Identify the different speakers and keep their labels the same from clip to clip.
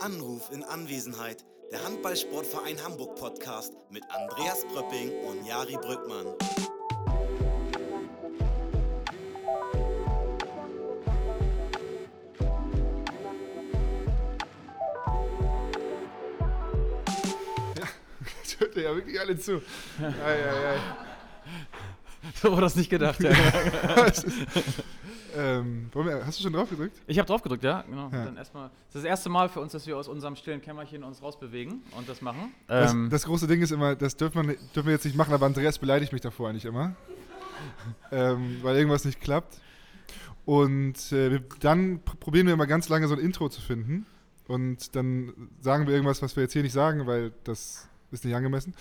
Speaker 1: Anruf in Anwesenheit. Der Handballsportverein Hamburg Podcast mit Andreas Pröpping und Jari Brückmann.
Speaker 2: Das hört ihr ja wirklich alle zu. Ei, ei, ei.
Speaker 3: So wurde das nicht gedacht, ja.
Speaker 2: Ähm, wollen wir, hast du schon drauf gedrückt?
Speaker 3: Ich habe drauf gedrückt, ja, genau.
Speaker 2: Ja.
Speaker 3: Dann erstmal. Das ist das erste Mal für uns, dass wir aus unserem stillen Kämmerchen uns rausbewegen und das machen.
Speaker 2: Das,
Speaker 3: Ähm,
Speaker 2: das große Ding ist immer, das dürfen wir, nicht- dürfen wir jetzt nicht machen, aber Andreas beleidigt mich davor eigentlich immer. ähm, weil irgendwas nicht klappt. Und äh, wir, dann pr probieren wir immer ganz lange so ein Intro zu finden. Und dann sagen wir irgendwas, was wir jetzt hier nicht sagen, weil das ist nicht angemessen.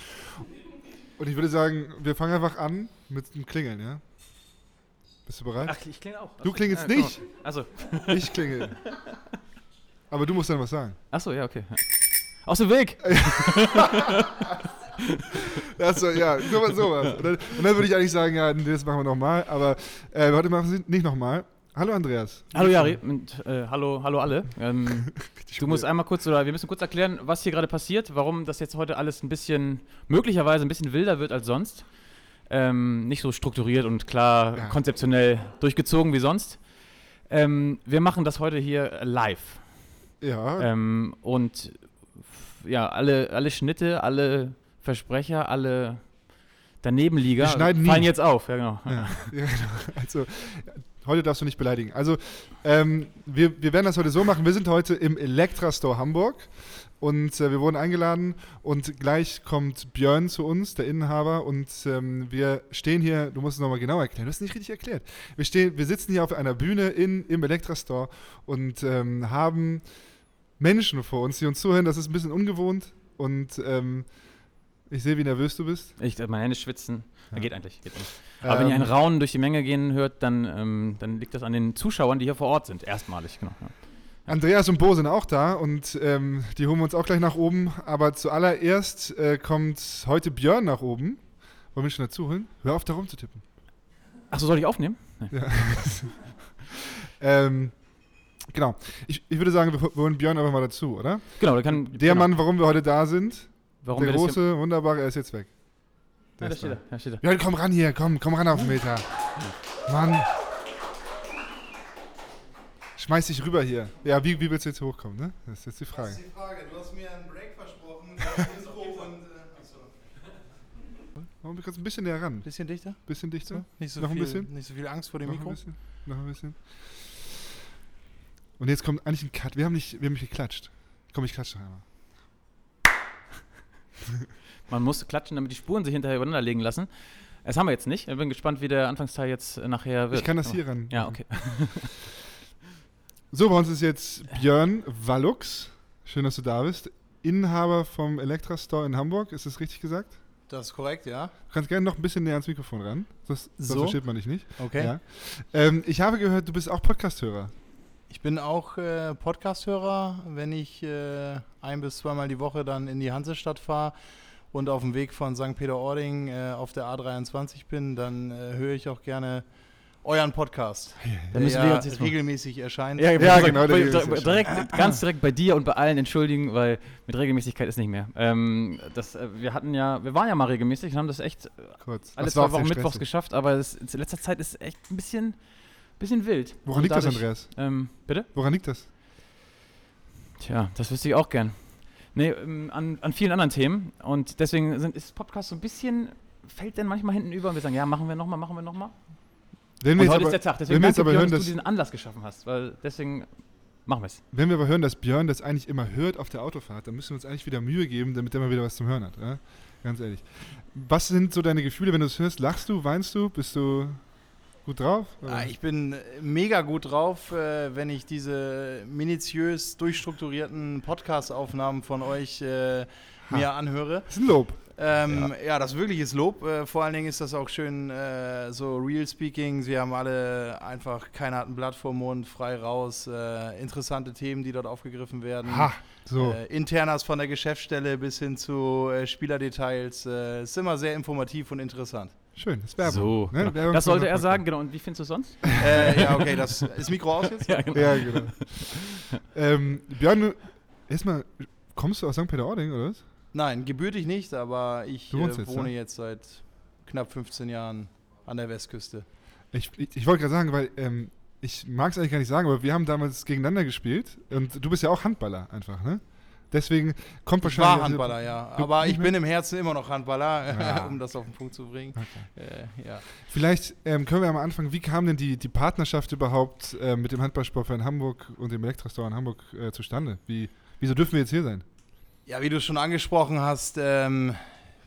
Speaker 2: Und ich würde sagen, wir fangen einfach an mit dem Klingeln, ja? Bist du bereit?
Speaker 3: Ach, ich klinge auch.
Speaker 2: Du klingelst
Speaker 3: guck mal.
Speaker 2: nicht.
Speaker 3: Also,
Speaker 2: Ich klingel. Aber du musst dann was sagen.
Speaker 3: achso, ja, okay. Aus dem Weg!
Speaker 2: Achso, ja, sowas, sowas. Und dann, und dann würde ich eigentlich sagen, ja, nee, das machen wir nochmal, aber äh, heute machen wir es nicht nochmal. Hallo Andreas.
Speaker 3: Hallo Jari und äh, hallo, hallo alle. Ähm, du musst einmal kurz, oder wir müssen kurz erklären, was hier gerade passiert, warum das jetzt heute alles ein bisschen, möglicherweise ein bisschen wilder wird als sonst. Ähm, nicht so strukturiert und klar
Speaker 2: Ja.
Speaker 3: konzeptionell durchgezogen wie sonst. Ähm, wir machen das heute hier live.
Speaker 2: Ja,
Speaker 3: Ähm, und f- ja, alle, alle Schnitte, alle Versprecher, alle Danebenlieger
Speaker 2: Wir schneiden nie.
Speaker 3: fallen jetzt auf. Ja, genau.
Speaker 2: ja, ja, genau. also heute darfst du nicht beleidigen. Also ähm, wir, wir werden das heute so machen, wir sind heute im Elektra Store Hamburg und äh, wir wurden eingeladen und gleich kommt Björn zu uns, der Inhaber und ähm, wir stehen hier, du musst es nochmal genau erklären, du hast es nicht richtig erklärt. Wir, stehen, wir sitzen hier auf einer Bühne in, im Elektra Store und ähm, haben Menschen vor uns, die uns zuhören, das ist ein bisschen ungewohnt und ähm, ich sehe, wie nervös du bist.
Speaker 3: Ich, meine Hände schwitzen. Ja. Geht eigentlich. Geht eigentlich. Aber wenn
Speaker 2: Ähm,
Speaker 3: ihr ein Raunen durch die Menge gehen hört, dann, ähm, dann liegt das an den Zuschauern, die hier vor Ort sind. Erstmalig, genau. Ja.
Speaker 2: Andreas und Bo sind auch da und ähm, die holen wir uns auch gleich nach oben. Aber zuallererst äh, kommt heute Björn nach oben. Wollen wir ihn schon dazu holen? Hör auf, da rumzutippen.
Speaker 3: Achso, soll ich aufnehmen? Nee.
Speaker 2: Ähm, genau. Ich, ich würde sagen, wir wir holen Björn einfach mal dazu, oder?
Speaker 3: Genau, da kann.
Speaker 2: Der
Speaker 3: genau.
Speaker 2: Mann, warum wir heute da sind,
Speaker 3: warum
Speaker 2: der
Speaker 3: wir das hier,
Speaker 2: große, wunderbare, er ist jetzt weg.
Speaker 3: ah, da
Speaker 2: ist
Speaker 3: steht
Speaker 2: da.
Speaker 3: er. Da steht er.
Speaker 2: Björn, komm ran hier, komm, komm ran auf den Meter. Mann. Schmeiß dich rüber hier. Ja, wie, wie willst du jetzt hier hochkommen, ne? Das ist jetzt die Frage.
Speaker 4: Das ist die Frage. Du hast mir einen Break versprochen. Das Intro und. Äh, achso.
Speaker 2: Machen wir kurz ein bisschen näher ran.
Speaker 4: Bisschen dichter?
Speaker 2: Bisschen dichter.
Speaker 4: Nicht so,
Speaker 2: Noch ein
Speaker 4: viel,
Speaker 2: bisschen?
Speaker 4: nicht so viel Angst vor dem
Speaker 2: noch
Speaker 4: Mikro.
Speaker 2: Ein bisschen, noch ein bisschen. Und jetzt kommt eigentlich ein Cut. Wir haben nicht, wir haben nicht geklatscht. Komm, ich klatsche noch einmal.
Speaker 3: Man muss klatschen, damit die Spuren sich hinterher übereinander legen lassen. Das haben wir jetzt nicht. Ich bin gespannt, wie der Anfangsteil jetzt äh, nachher wird.
Speaker 2: Ich kann das
Speaker 3: Aber-
Speaker 2: hier ran.
Speaker 3: Ja, okay.
Speaker 2: So, bei uns ist jetzt Björn Wallux. Schön, dass du da bist. Inhaber vom Elektra Store in Hamburg. Ist das richtig gesagt?
Speaker 4: Das ist korrekt, ja.
Speaker 2: Du kannst gerne noch ein bisschen näher ans Mikrofon ran. Das, das
Speaker 4: So?
Speaker 2: versteht man dich nicht.
Speaker 4: Okay.
Speaker 2: Ja. Ähm, ich habe gehört, du bist auch Podcast-Hörer.
Speaker 4: Ich bin auch äh, Podcast-Hörer, wenn ich äh, ein- bis zweimal die Woche dann in die Hansestadt fahre und auf dem Weg von St. Peter-Ording äh, auf der A23 bin, dann äh, höre ich auch gerne euren Podcast.
Speaker 3: Dann
Speaker 4: der
Speaker 3: müssen
Speaker 4: ja
Speaker 3: wir uns jetzt mal-
Speaker 4: regelmäßig erscheint.
Speaker 2: Ja, genau, der
Speaker 3: Bei,
Speaker 2: Jürgen ist
Speaker 3: dir-
Speaker 2: ja
Speaker 3: direkt, ganz direkt bei dir und bei allen entschuldigen, weil mit Regelmäßigkeit ist nicht mehr. Ähm, das, äh, wir hatten ja, wir waren ja mal regelmäßig und haben das echt
Speaker 2: Kurz.
Speaker 3: alle
Speaker 2: Das war
Speaker 3: zwei
Speaker 2: auch
Speaker 3: Wochen
Speaker 2: sehr
Speaker 3: mittwochs
Speaker 2: stressig.
Speaker 3: geschafft, aber es, in letzter Zeit ist echt ein bisschen, bisschen wild.
Speaker 2: Woran
Speaker 3: Und
Speaker 2: liegt das,
Speaker 3: dadurch-
Speaker 2: Andreas?
Speaker 3: Ähm, bitte?
Speaker 2: Woran liegt das?
Speaker 3: Tja, das wüsste ich auch gern. Nee, ähm, an, an vielen anderen Themen und deswegen sind, ist Podcast so ein bisschen, fällt dann manchmal hinten über und wir sagen, ja, machen wir nochmal, machen wir nochmal.
Speaker 2: Wenn
Speaker 3: Und
Speaker 2: wir,
Speaker 3: heute
Speaker 2: jetzt
Speaker 3: ist
Speaker 2: aber,
Speaker 3: der Tag,
Speaker 2: wenn
Speaker 3: deswegen
Speaker 2: wir jetzt
Speaker 3: danke,
Speaker 2: aber
Speaker 3: Björn,
Speaker 2: hören,
Speaker 3: dass
Speaker 2: dass-
Speaker 3: du diesen Anlass geschaffen hast, weil deswegen machen wir es.
Speaker 2: Wenn wir aber hören, dass Björn das eigentlich immer hört auf der Autofahrt, dann müssen wir uns eigentlich wieder Mühe geben, damit er mal wieder was zum Hören hat. Ja? Ganz ehrlich. Was sind so deine Gefühle, wenn du es hörst? Lachst du, weinst du, bist du gut drauf?
Speaker 4: Ah, ich bin mega gut drauf, äh, wenn ich diese minutiös durchstrukturierten Podcast-Aufnahmen von euch äh, mir anhöre.
Speaker 2: das ist ein Lob.
Speaker 4: Ähm, ja. das ist wirkliches Lob. Äh, vor allen Dingen ist das auch schön äh, so real speaking. Sie haben alle einfach keiner hat ein Blatt vor dem Mund, frei raus. Äh, interessante Themen, die dort aufgegriffen
Speaker 3: Mhm.
Speaker 4: werden.
Speaker 2: Ha, so.
Speaker 4: Äh, Internas von der Geschäftsstelle bis hin zu äh, Spielerdetails. Äh, ist immer sehr informativ und interessant.
Speaker 2: Schön, das ist Werbung.
Speaker 3: So,
Speaker 2: ne?
Speaker 3: genau.
Speaker 2: Werbung
Speaker 3: das
Speaker 2: für
Speaker 3: sollte
Speaker 2: unseren
Speaker 3: er sagen, genau. Und wie findest du es sonst?
Speaker 4: äh, ja, okay, das ist Mikro aus jetzt?
Speaker 3: ja, genau.
Speaker 2: Ja, genau. ähm, Björn Erstmal, kommst du aus St. Peter-Ording, oder was?
Speaker 4: Nein, gebürtig nicht, aber ich
Speaker 2: Du wohnst
Speaker 4: äh,
Speaker 2: jetzt,
Speaker 4: wohne
Speaker 2: ne?
Speaker 4: jetzt seit knapp 15 Jahren an der Westküste.
Speaker 2: Ich, ich, ich wollte gerade sagen, weil ähm, ich mag es eigentlich gar nicht sagen, aber wir haben damals gegeneinander gespielt und du bist ja auch Handballer einfach, ne? Deswegen kommt
Speaker 4: Ich
Speaker 2: wahrscheinlich.
Speaker 4: war Handballer, ja.
Speaker 2: Du-
Speaker 4: Aber ich
Speaker 2: ne?
Speaker 4: bin im Herzen immer noch Handballer,
Speaker 2: Ja.
Speaker 4: um das auf den Punkt zu bringen. Äh, ja.
Speaker 2: Vielleicht ähm, können wir am Anfang, wie kam denn die, die Partnerschaft überhaupt äh, mit dem Handballsportverein Hamburg und dem Elektrastore in Hamburg äh, zustande? Wie, wieso dürfen wir jetzt hier sein?
Speaker 4: ja, wie du schon angesprochen hast, ähm,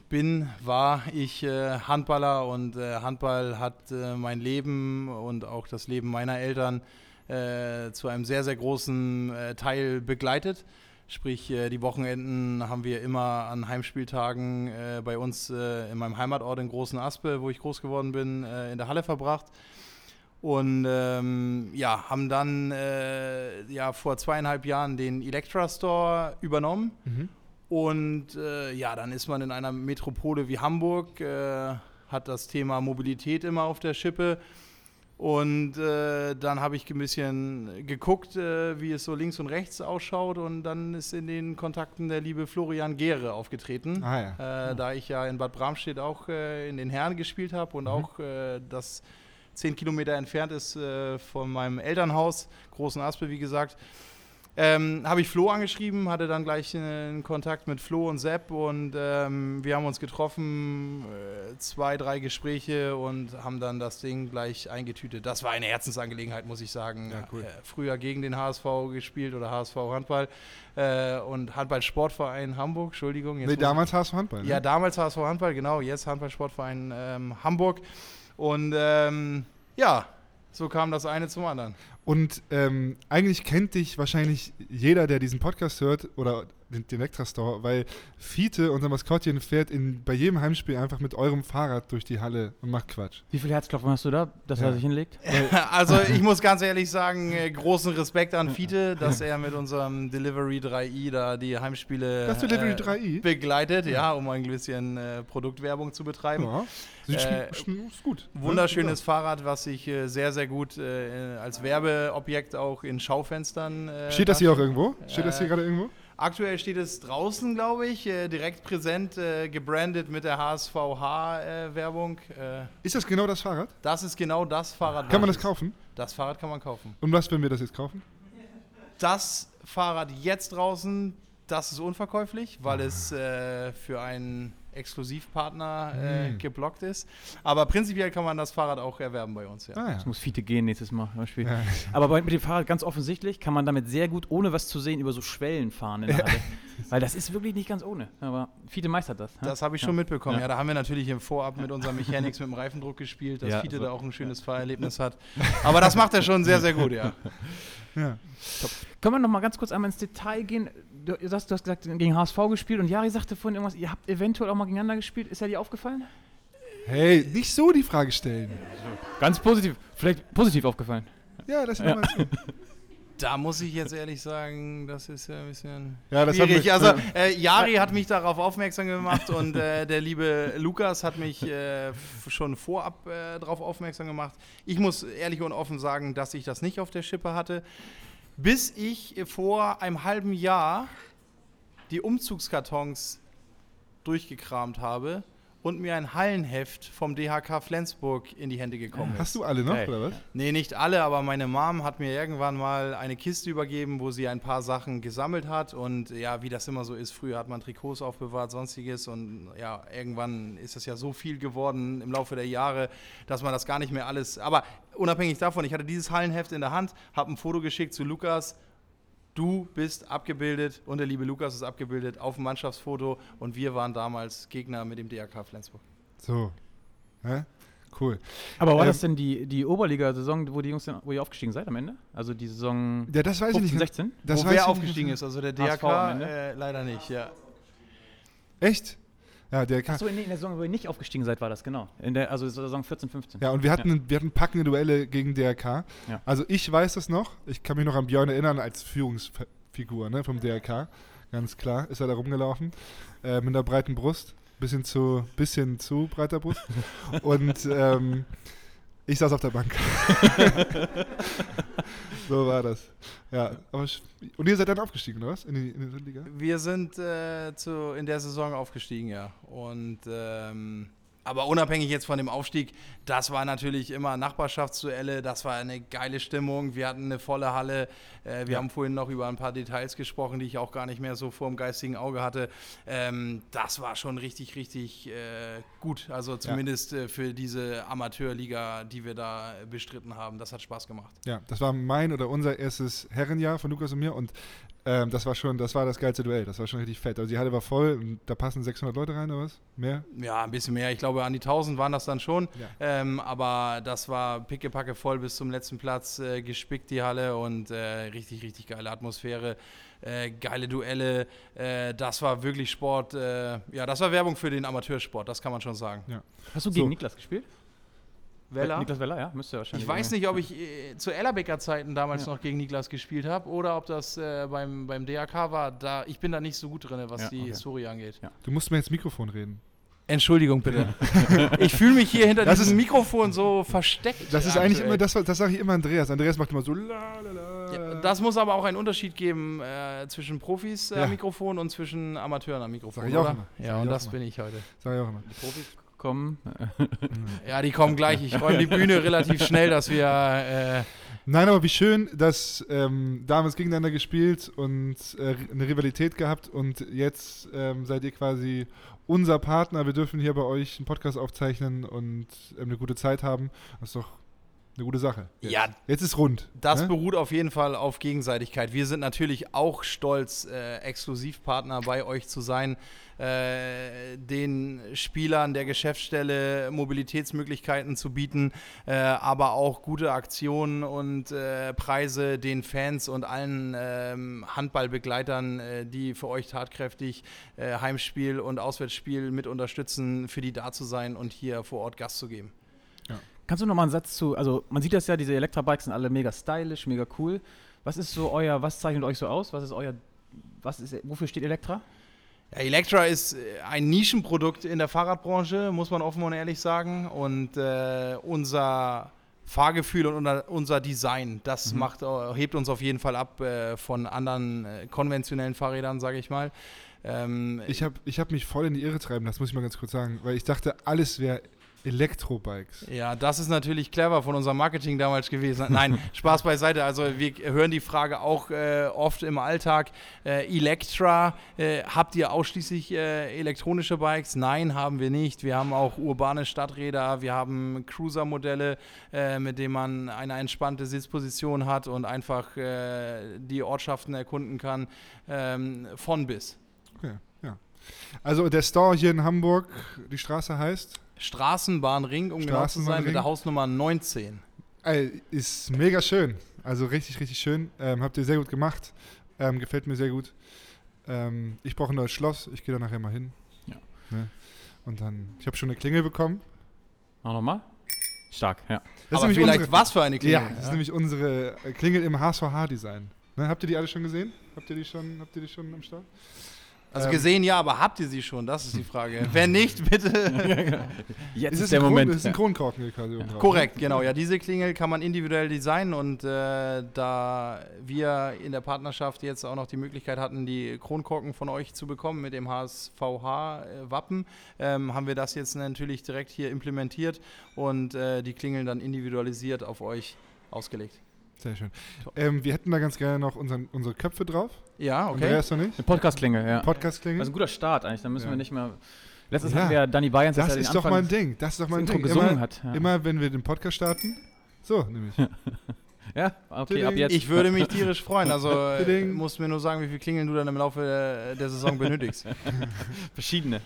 Speaker 4: bin, war ich äh, Handballer und äh, Handball hat äh, mein Leben und auch das Leben meiner Eltern äh, zu einem sehr, sehr großen äh, Teil begleitet. Sprich, äh, die Wochenenden haben wir immer an Heimspieltagen äh, bei uns äh, in meinem Heimatort in Großen Aspe, wo ich groß geworden bin, äh, in der Halle verbracht. Und ähm, ja, haben dann äh, ja, vor zweieinhalb Jahren den Electra Store übernommen. Und äh, ja, dann ist man in einer Metropole wie Hamburg, äh, hat das Thema Mobilität immer auf der Schippe. Und äh, dann habe ich ein bisschen geguckt, äh, wie es so links und rechts ausschaut. Und dann ist in den Kontakten der liebe Florian Gehre aufgetreten.
Speaker 2: Ah ja.
Speaker 4: Äh, Da ich ja in Bad Bramstedt auch äh, in den Herren gespielt habe
Speaker 2: Mhm.
Speaker 4: und auch äh, das zehn Kilometer entfernt ist äh, von meinem Elternhaus, Großen Aspel, wie gesagt, ähm, habe ich Flo angeschrieben, hatte dann gleich äh, einen Kontakt mit Flo und Sepp und ähm, wir haben uns getroffen, äh, zwei, drei Gespräche und haben dann das Ding gleich eingetütet. Das war eine Herzensangelegenheit, muss ich sagen.
Speaker 2: Ja, cool.
Speaker 4: Äh, früher gegen den HSV gespielt oder HSV Handball äh, und Handballsportverein Hamburg, Entschuldigung. jetzt
Speaker 2: Nee,
Speaker 4: muss ich-
Speaker 2: damals HSV Handball. Ne?
Speaker 4: ja, damals HSV Handball, genau, jetzt Handballsportverein ähm, Hamburg. Und ähm, ja, so kam das eine zum anderen.
Speaker 2: Und ähm, eigentlich kennt dich wahrscheinlich jeder, der diesen Podcast hört oder den, den Elektra Store, weil Fiete, unser Maskottchen, fährt in, bei jedem Heimspiel einfach mit eurem Fahrrad durch die Halle und macht Quatsch.
Speaker 3: Wie viel Herzklopfen hast du da, dass
Speaker 2: Ja.
Speaker 3: er sich hinlegt?
Speaker 4: Also ich muss ganz ehrlich sagen, äh, großen Respekt an Fiete, dass er mit unserem Delivery 3i da die Heimspiele äh,
Speaker 2: Das Delivery 3i?
Speaker 4: begleitet, ja, um ein bisschen äh, Produktwerbung zu betreiben.
Speaker 2: Ja, Also sieht
Speaker 4: Äh,
Speaker 2: schon, schon ist gut. ne?
Speaker 4: Wunderschönes Fahrrad, was sich äh, sehr, sehr gut äh, als Werbeobjekt auch in Schaufenstern äh,
Speaker 2: Steht das hier auch irgendwo? Steht das hier
Speaker 4: Äh,
Speaker 2: gerade irgendwo?
Speaker 4: Aktuell steht es draußen, glaube ich, äh, direkt präsent, äh, gebrandet mit der HSVH-Werbung. Äh,
Speaker 2: Ist das genau das Fahrrad?
Speaker 4: das ist genau das Fahrrad.
Speaker 2: Kann man das
Speaker 4: welches-
Speaker 2: kaufen?
Speaker 4: Das Fahrrad kann man kaufen.
Speaker 2: Und was, wenn wir das jetzt kaufen?
Speaker 4: Das Fahrrad jetzt draußen, das ist unverkäuflich, weil es äh, für einen Exklusivpartner äh,
Speaker 2: Hm.
Speaker 4: geblockt ist. Aber prinzipiell kann man das Fahrrad auch erwerben bei uns, ja.
Speaker 2: Ah,
Speaker 3: Das muss Fiete gehen nächstes Mal beim Spiel.
Speaker 2: ja.
Speaker 3: Aber bei- mit dem Fahrrad ganz offensichtlich kann man damit sehr gut, ohne was zu sehen, über so Schwellen fahren in der Halle. Weil das ist wirklich nicht ganz ohne. Aber Fiete meistert das. ne? hä?
Speaker 4: Das habe ich schon mitbekommen. Ja. da haben wir natürlich im Vorab mit unserem Mechanics mit dem Reifendruck gespielt, dass
Speaker 3: Ja,
Speaker 4: Fiete
Speaker 3: so-
Speaker 4: da auch ein schönes Fahrerlebnis hat. Aber das macht er schon sehr, sehr gut, ja.
Speaker 2: ja.
Speaker 3: Können wir noch mal ganz kurz einmal ins Detail gehen? Du, ihr sagst, du hast gesagt, gegen HSV gespielt und Jari sagte vorhin irgendwas, ihr habt eventuell auch mal gegeneinander gespielt. Ist er dir aufgefallen?
Speaker 2: Hey, nicht so die Frage stellen.
Speaker 3: Ganz positiv. Vielleicht positiv aufgefallen.
Speaker 2: Ja, lass ihn
Speaker 3: Ja.
Speaker 2: mal zu.
Speaker 4: Da muss ich jetzt ehrlich sagen, das ist ja ein bisschen
Speaker 2: Ja, das haben
Speaker 4: schwierig.
Speaker 2: wir-
Speaker 4: Also äh, Jari hat mich darauf aufmerksam gemacht und äh, der liebe Lukas hat mich äh, f- schon vorab äh, darauf aufmerksam gemacht. Ich muss ehrlich und offen sagen, dass ich das nicht auf der Schippe hatte, bis ich vor einem halben Jahr die Umzugskartons durchgekramt habe und mir ein Hallenheft vom DHK Flensburg in die Hände gekommen ist.
Speaker 2: Hast du alle noch,
Speaker 3: Geil.
Speaker 2: oder was?
Speaker 4: Nee, nicht alle, aber meine Mom hat mir irgendwann mal eine Kiste übergeben, wo sie ein paar Sachen gesammelt hat. Und ja, wie das immer so ist, früher hat man Trikots aufbewahrt, sonstiges. Und ja, irgendwann ist es ja so viel geworden im Laufe der Jahre, dass man das gar nicht mehr alles. Aber unabhängig davon, ich hatte dieses Hallenheft in der Hand, habe ein Foto geschickt zu Lukas. Du bist abgebildet und der liebe Lukas ist abgebildet auf dem Mannschaftsfoto. Und wir waren damals Gegner mit dem DRK Flensburg.
Speaker 2: So. Hä? Cool.
Speaker 3: Aber war
Speaker 2: Ähm,
Speaker 3: das denn die, die Oberliga-Saison, wo die Jungs, dann- wo ihr aufgestiegen seid am Ende? Also die Saison
Speaker 2: Ja, das weiß ich
Speaker 3: 15,
Speaker 2: nicht.
Speaker 3: 16?
Speaker 2: Das
Speaker 4: wo
Speaker 2: weiß
Speaker 4: wer
Speaker 2: ich
Speaker 4: aufgestiegen
Speaker 2: nicht.
Speaker 4: ist, also der
Speaker 3: HSV
Speaker 4: DRK
Speaker 3: am Ende?
Speaker 4: äh, leider nicht, ja.
Speaker 2: Echt? Ja, der kann.
Speaker 3: Achso, in, in der Saison, wo ihr nicht aufgestiegen seid, war das, genau. In der, also Saison 14, 15.
Speaker 2: Ja, und wir hatten, wir hatten packende Duelle gegen DRK.
Speaker 3: Ja.
Speaker 2: Also ich weiß das noch. Ich kann mich noch an Björn erinnern als Führungsfigur ne, vom DRK. Ganz klar ist er da rumgelaufen. Äh, mit einer breiten Brust. Bisschen zu, bisschen zu breiter Brust. und ähm, Ich saß auf der Bank. so war das. Ja, aber sch- und ihr seid dann aufgestiegen, oder was? In die, in die Liga?
Speaker 4: Wir sind äh, zu, in der Saison aufgestiegen, ja. Und ähm, aber unabhängig jetzt von dem Aufstieg, das war natürlich immer Nachbarschaftsduelle, das war eine geile Stimmung, wir hatten eine volle Halle. Äh, wir haben vorhin noch über ein paar Details gesprochen, die ich auch gar nicht mehr so vor dem geistigen Auge hatte. Ähm, das war schon richtig, richtig äh, gut. Also zumindest äh, für diese Amateurliga, die wir da bestritten haben. Das hat Spaß gemacht.
Speaker 2: Ja, das war mein oder unser erstes Herrenjahr von Lukas und mir und ähm, das war schon, das war das geilste Duell. Das war schon richtig fett. Also die Halle war voll und da passen 600 Leute rein oder was? Mehr?
Speaker 4: Ja, ein bisschen mehr. Ich glaube, an die 1000 waren das dann schon.
Speaker 2: Ja.
Speaker 4: Ähm, aber das war pickepacke voll bis zum letzten Platz äh, gespickt, die Halle. Und äh, richtig, richtig geile Atmosphäre, äh, geile Duelle. Äh, das war wirklich Sport. Äh, ja, das war Werbung für den Amateursport, das kann man schon sagen.
Speaker 3: Hast du gegen
Speaker 2: So.
Speaker 3: Niklas gespielt? Äh,
Speaker 4: Weller?
Speaker 3: Niklas Weller, ja, müsste wahrscheinlich.
Speaker 4: ich weiß nicht, ob ich äh, zu Ellerbecker Zeiten damals noch gegen Niklas gespielt habe oder ob das äh, beim, beim DAK war. Da, ich bin da nicht so gut drin, was
Speaker 3: Ja,
Speaker 4: die
Speaker 3: okay.
Speaker 4: Historie angeht.
Speaker 2: Du musst mir ins Mikrofon reden.
Speaker 4: Entschuldigung bitte. ich fühle mich hier hinter
Speaker 2: Das
Speaker 4: diesem Mikrofon so versteckt.
Speaker 2: Das ist eigentlich
Speaker 4: aktuell.
Speaker 2: immer, das, das sage ich immer Andreas. Andreas macht immer so la la la.
Speaker 4: Ja, das muss aber auch einen Unterschied geben äh, zwischen Profis äh,
Speaker 2: Ja.
Speaker 4: am Mikrofon und zwischen Amateuren am Mikrofon.
Speaker 2: Sag ich auch
Speaker 4: oder?
Speaker 2: immer. Sag
Speaker 4: Ja,
Speaker 2: ich
Speaker 4: und
Speaker 2: auch
Speaker 4: das
Speaker 2: immer.
Speaker 4: bin ich heute.
Speaker 2: Sag ich auch immer.
Speaker 3: Die Profis kommen.
Speaker 4: Ja, die kommen gleich. Ich räume die Bühne relativ schnell, dass wir. Äh,
Speaker 2: Nein, aber wie schön, dass ähm, damals gegeneinander gespielt und äh, eine Rivalität gehabt und jetzt ähm, seid ihr quasi unser Partner. Wir dürfen hier bei euch einen Podcast aufzeichnen und ähm, eine gute Zeit haben. Das ist doch eine gute Sache. Jetzt,
Speaker 4: Ja.
Speaker 2: jetzt ist rund.
Speaker 4: das
Speaker 2: ne?
Speaker 4: beruht auf jeden Fall auf Gegenseitigkeit. Wir sind natürlich auch stolz, äh, Exklusivpartner bei euch zu sein, äh, den Spielern der Geschäftsstelle Mobilitätsmöglichkeiten zu bieten, äh, aber auch gute Aktionen und äh, Preise den Fans und allen ähm, Handballbegleitern, äh, die für euch tatkräftig äh, Heimspiel und Auswärtsspiel mit unterstützen, für die da zu sein und hier vor Ort Gast zu geben.
Speaker 3: Kannst du noch mal einen Satz zu, also man sieht das ja, diese Elektrobikes sind alle mega stylisch, mega cool. Was ist so euer, was zeichnet euch so aus? Was ist euer, was ist, wofür steht Elektra?
Speaker 4: Ja, Electra ist äh, ein Nischenprodukt in der Fahrradbranche, muss man offen und ehrlich sagen. Und äh, unser Fahrgefühl und unser, unser Design, das macht, äh, hebt uns auf jeden Fall ab äh, von anderen äh, konventionellen Fahrrädern, sage ich mal. Ähm,
Speaker 2: Ich habe ich hab mich voll in die Irre treiben, das muss ich mal ganz kurz sagen, weil ich dachte, alles wäre Elektrobikes.
Speaker 4: Ja, das ist natürlich clever von unserem Marketing damals gewesen. Nein, Spaß beiseite. Also wir hören die Frage auch äh, oft im Alltag. Äh, Electra, äh, habt ihr ausschließlich äh, elektronische Bikes? Nein, haben wir nicht. Wir haben auch urbane Stadträder, wir haben Cruiser-Modelle, äh, mit denen man eine entspannte Sitzposition hat und einfach äh, die Ortschaften erkunden kann. Ähm, von bis.
Speaker 2: Okay, ja. Also der Store hier in Hamburg, die Straße heißt,
Speaker 4: Straßenbahnring, um genau zu sein,
Speaker 2: Straßenbahnring.
Speaker 4: mit der Hausnummer 19.
Speaker 2: Ey, ist mega schön. Also richtig, richtig schön. Ähm, habt ihr sehr gut gemacht. Ähm, gefällt mir sehr gut. Ähm, ich brauche ein neues Schloss. Ich gehe da nachher mal hin.
Speaker 3: Ja.
Speaker 2: Ne? Und dann, ich habe schon eine Klingel bekommen.
Speaker 3: Mach noch mal. Stark, ja.
Speaker 2: Das
Speaker 4: Aber
Speaker 2: ist nämlich
Speaker 4: vielleicht
Speaker 2: unsere,
Speaker 4: was für eine Klingel.
Speaker 2: ja, das ist nämlich unsere äh, Klingel im HSVH-Design. Ne, habt ihr die alle schon gesehen? Habt ihr die schon, habt ihr die schon am Start?
Speaker 4: Also
Speaker 2: Ähm,
Speaker 4: gesehen ja, aber habt ihr sie schon? Das ist die Frage. Wenn nicht, bitte.
Speaker 2: genau.
Speaker 3: Jetzt
Speaker 2: es
Speaker 3: ist der
Speaker 2: ein
Speaker 3: Moment.
Speaker 2: Kron, ist ein
Speaker 3: ja.
Speaker 2: Kronkorken hier quasi oben drauf.
Speaker 4: Korrekt, genau. Ja, diese Klingel kann man individuell designen und äh, da wir in der Partnerschaft jetzt auch noch die Möglichkeit hatten, die Kronkorken von euch zu bekommen mit dem HSVH-Wappen, ähm, haben wir das jetzt natürlich direkt hier implementiert und äh, die Klingeln dann individualisiert auf euch ausgelegt.
Speaker 2: Sehr schön. Ähm, wir hätten da ganz gerne noch unseren, unsere Köpfe drauf.
Speaker 4: Ja, okay.
Speaker 2: Andreas noch nicht.
Speaker 3: Eine Podcast-Klinge, ja. Also,
Speaker 2: Podcast-Klingel.
Speaker 3: Das ist ein guter Start eigentlich, da müssen
Speaker 2: Ja.
Speaker 3: wir nicht mehr. Letztens
Speaker 2: Ja.
Speaker 3: hatten wir ja Danny Bayerns,
Speaker 2: das
Speaker 3: dass er den
Speaker 2: ist doch
Speaker 3: Anfang
Speaker 2: mal ein Ding. Das ist doch mal ein
Speaker 3: des
Speaker 2: Ding.
Speaker 3: Intro gesungen
Speaker 2: Immer-
Speaker 3: hat. halt, Ja,
Speaker 2: Immer wenn wir den Podcast starten. So, nämlich.
Speaker 3: ja okay, ab
Speaker 2: Ding.
Speaker 3: jetzt.
Speaker 4: Ich würde mich tierisch freuen. Also äh,
Speaker 2: Ding.
Speaker 4: musst mir nur sagen, wie viel Klingeln du dann im Laufe äh, der, der Saison benötigst.
Speaker 3: Verschiedene.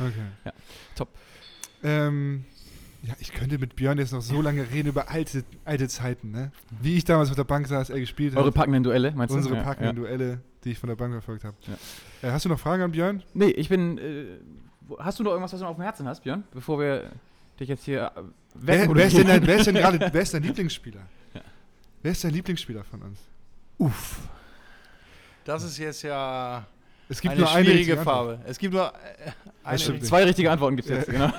Speaker 2: Okay.
Speaker 3: Ja, top.
Speaker 2: Ähm, ja, ich könnte mit Björn jetzt noch so lange reden über alte, alte Zeiten, ne? Wie ich damals auf der Bank saß, er gespielt
Speaker 3: Eure
Speaker 2: hat.
Speaker 3: packenden Duelle, meinst du?
Speaker 2: Unsere
Speaker 3: Ja,
Speaker 2: packenden
Speaker 3: ja.
Speaker 2: Duelle, die ich von der Bank verfolgt habe.
Speaker 3: Ja.
Speaker 2: Äh, hast du noch Fragen an Björn?
Speaker 3: Nee, ich bin. Äh, wo- hast du noch irgendwas, was du noch auf dem Herzen hast, Björn? Bevor wir dich jetzt hier. äh,
Speaker 2: Wer,
Speaker 3: wecken-
Speaker 2: wer, ist denn dein, wer ist denn gerade, wer ist dein Lieblingsspieler? Wer ist dein Lieblingsspieler von uns?
Speaker 4: Uff. Das ist jetzt ja
Speaker 2: Es gibt
Speaker 4: eine
Speaker 2: nur eine
Speaker 4: schwierige
Speaker 2: richtige Antwort.
Speaker 4: Farbe. Es gibt nur äh, eine.
Speaker 2: stimmt.
Speaker 4: richtige-
Speaker 3: Zwei richtige Antworten gibt es jetzt, genau.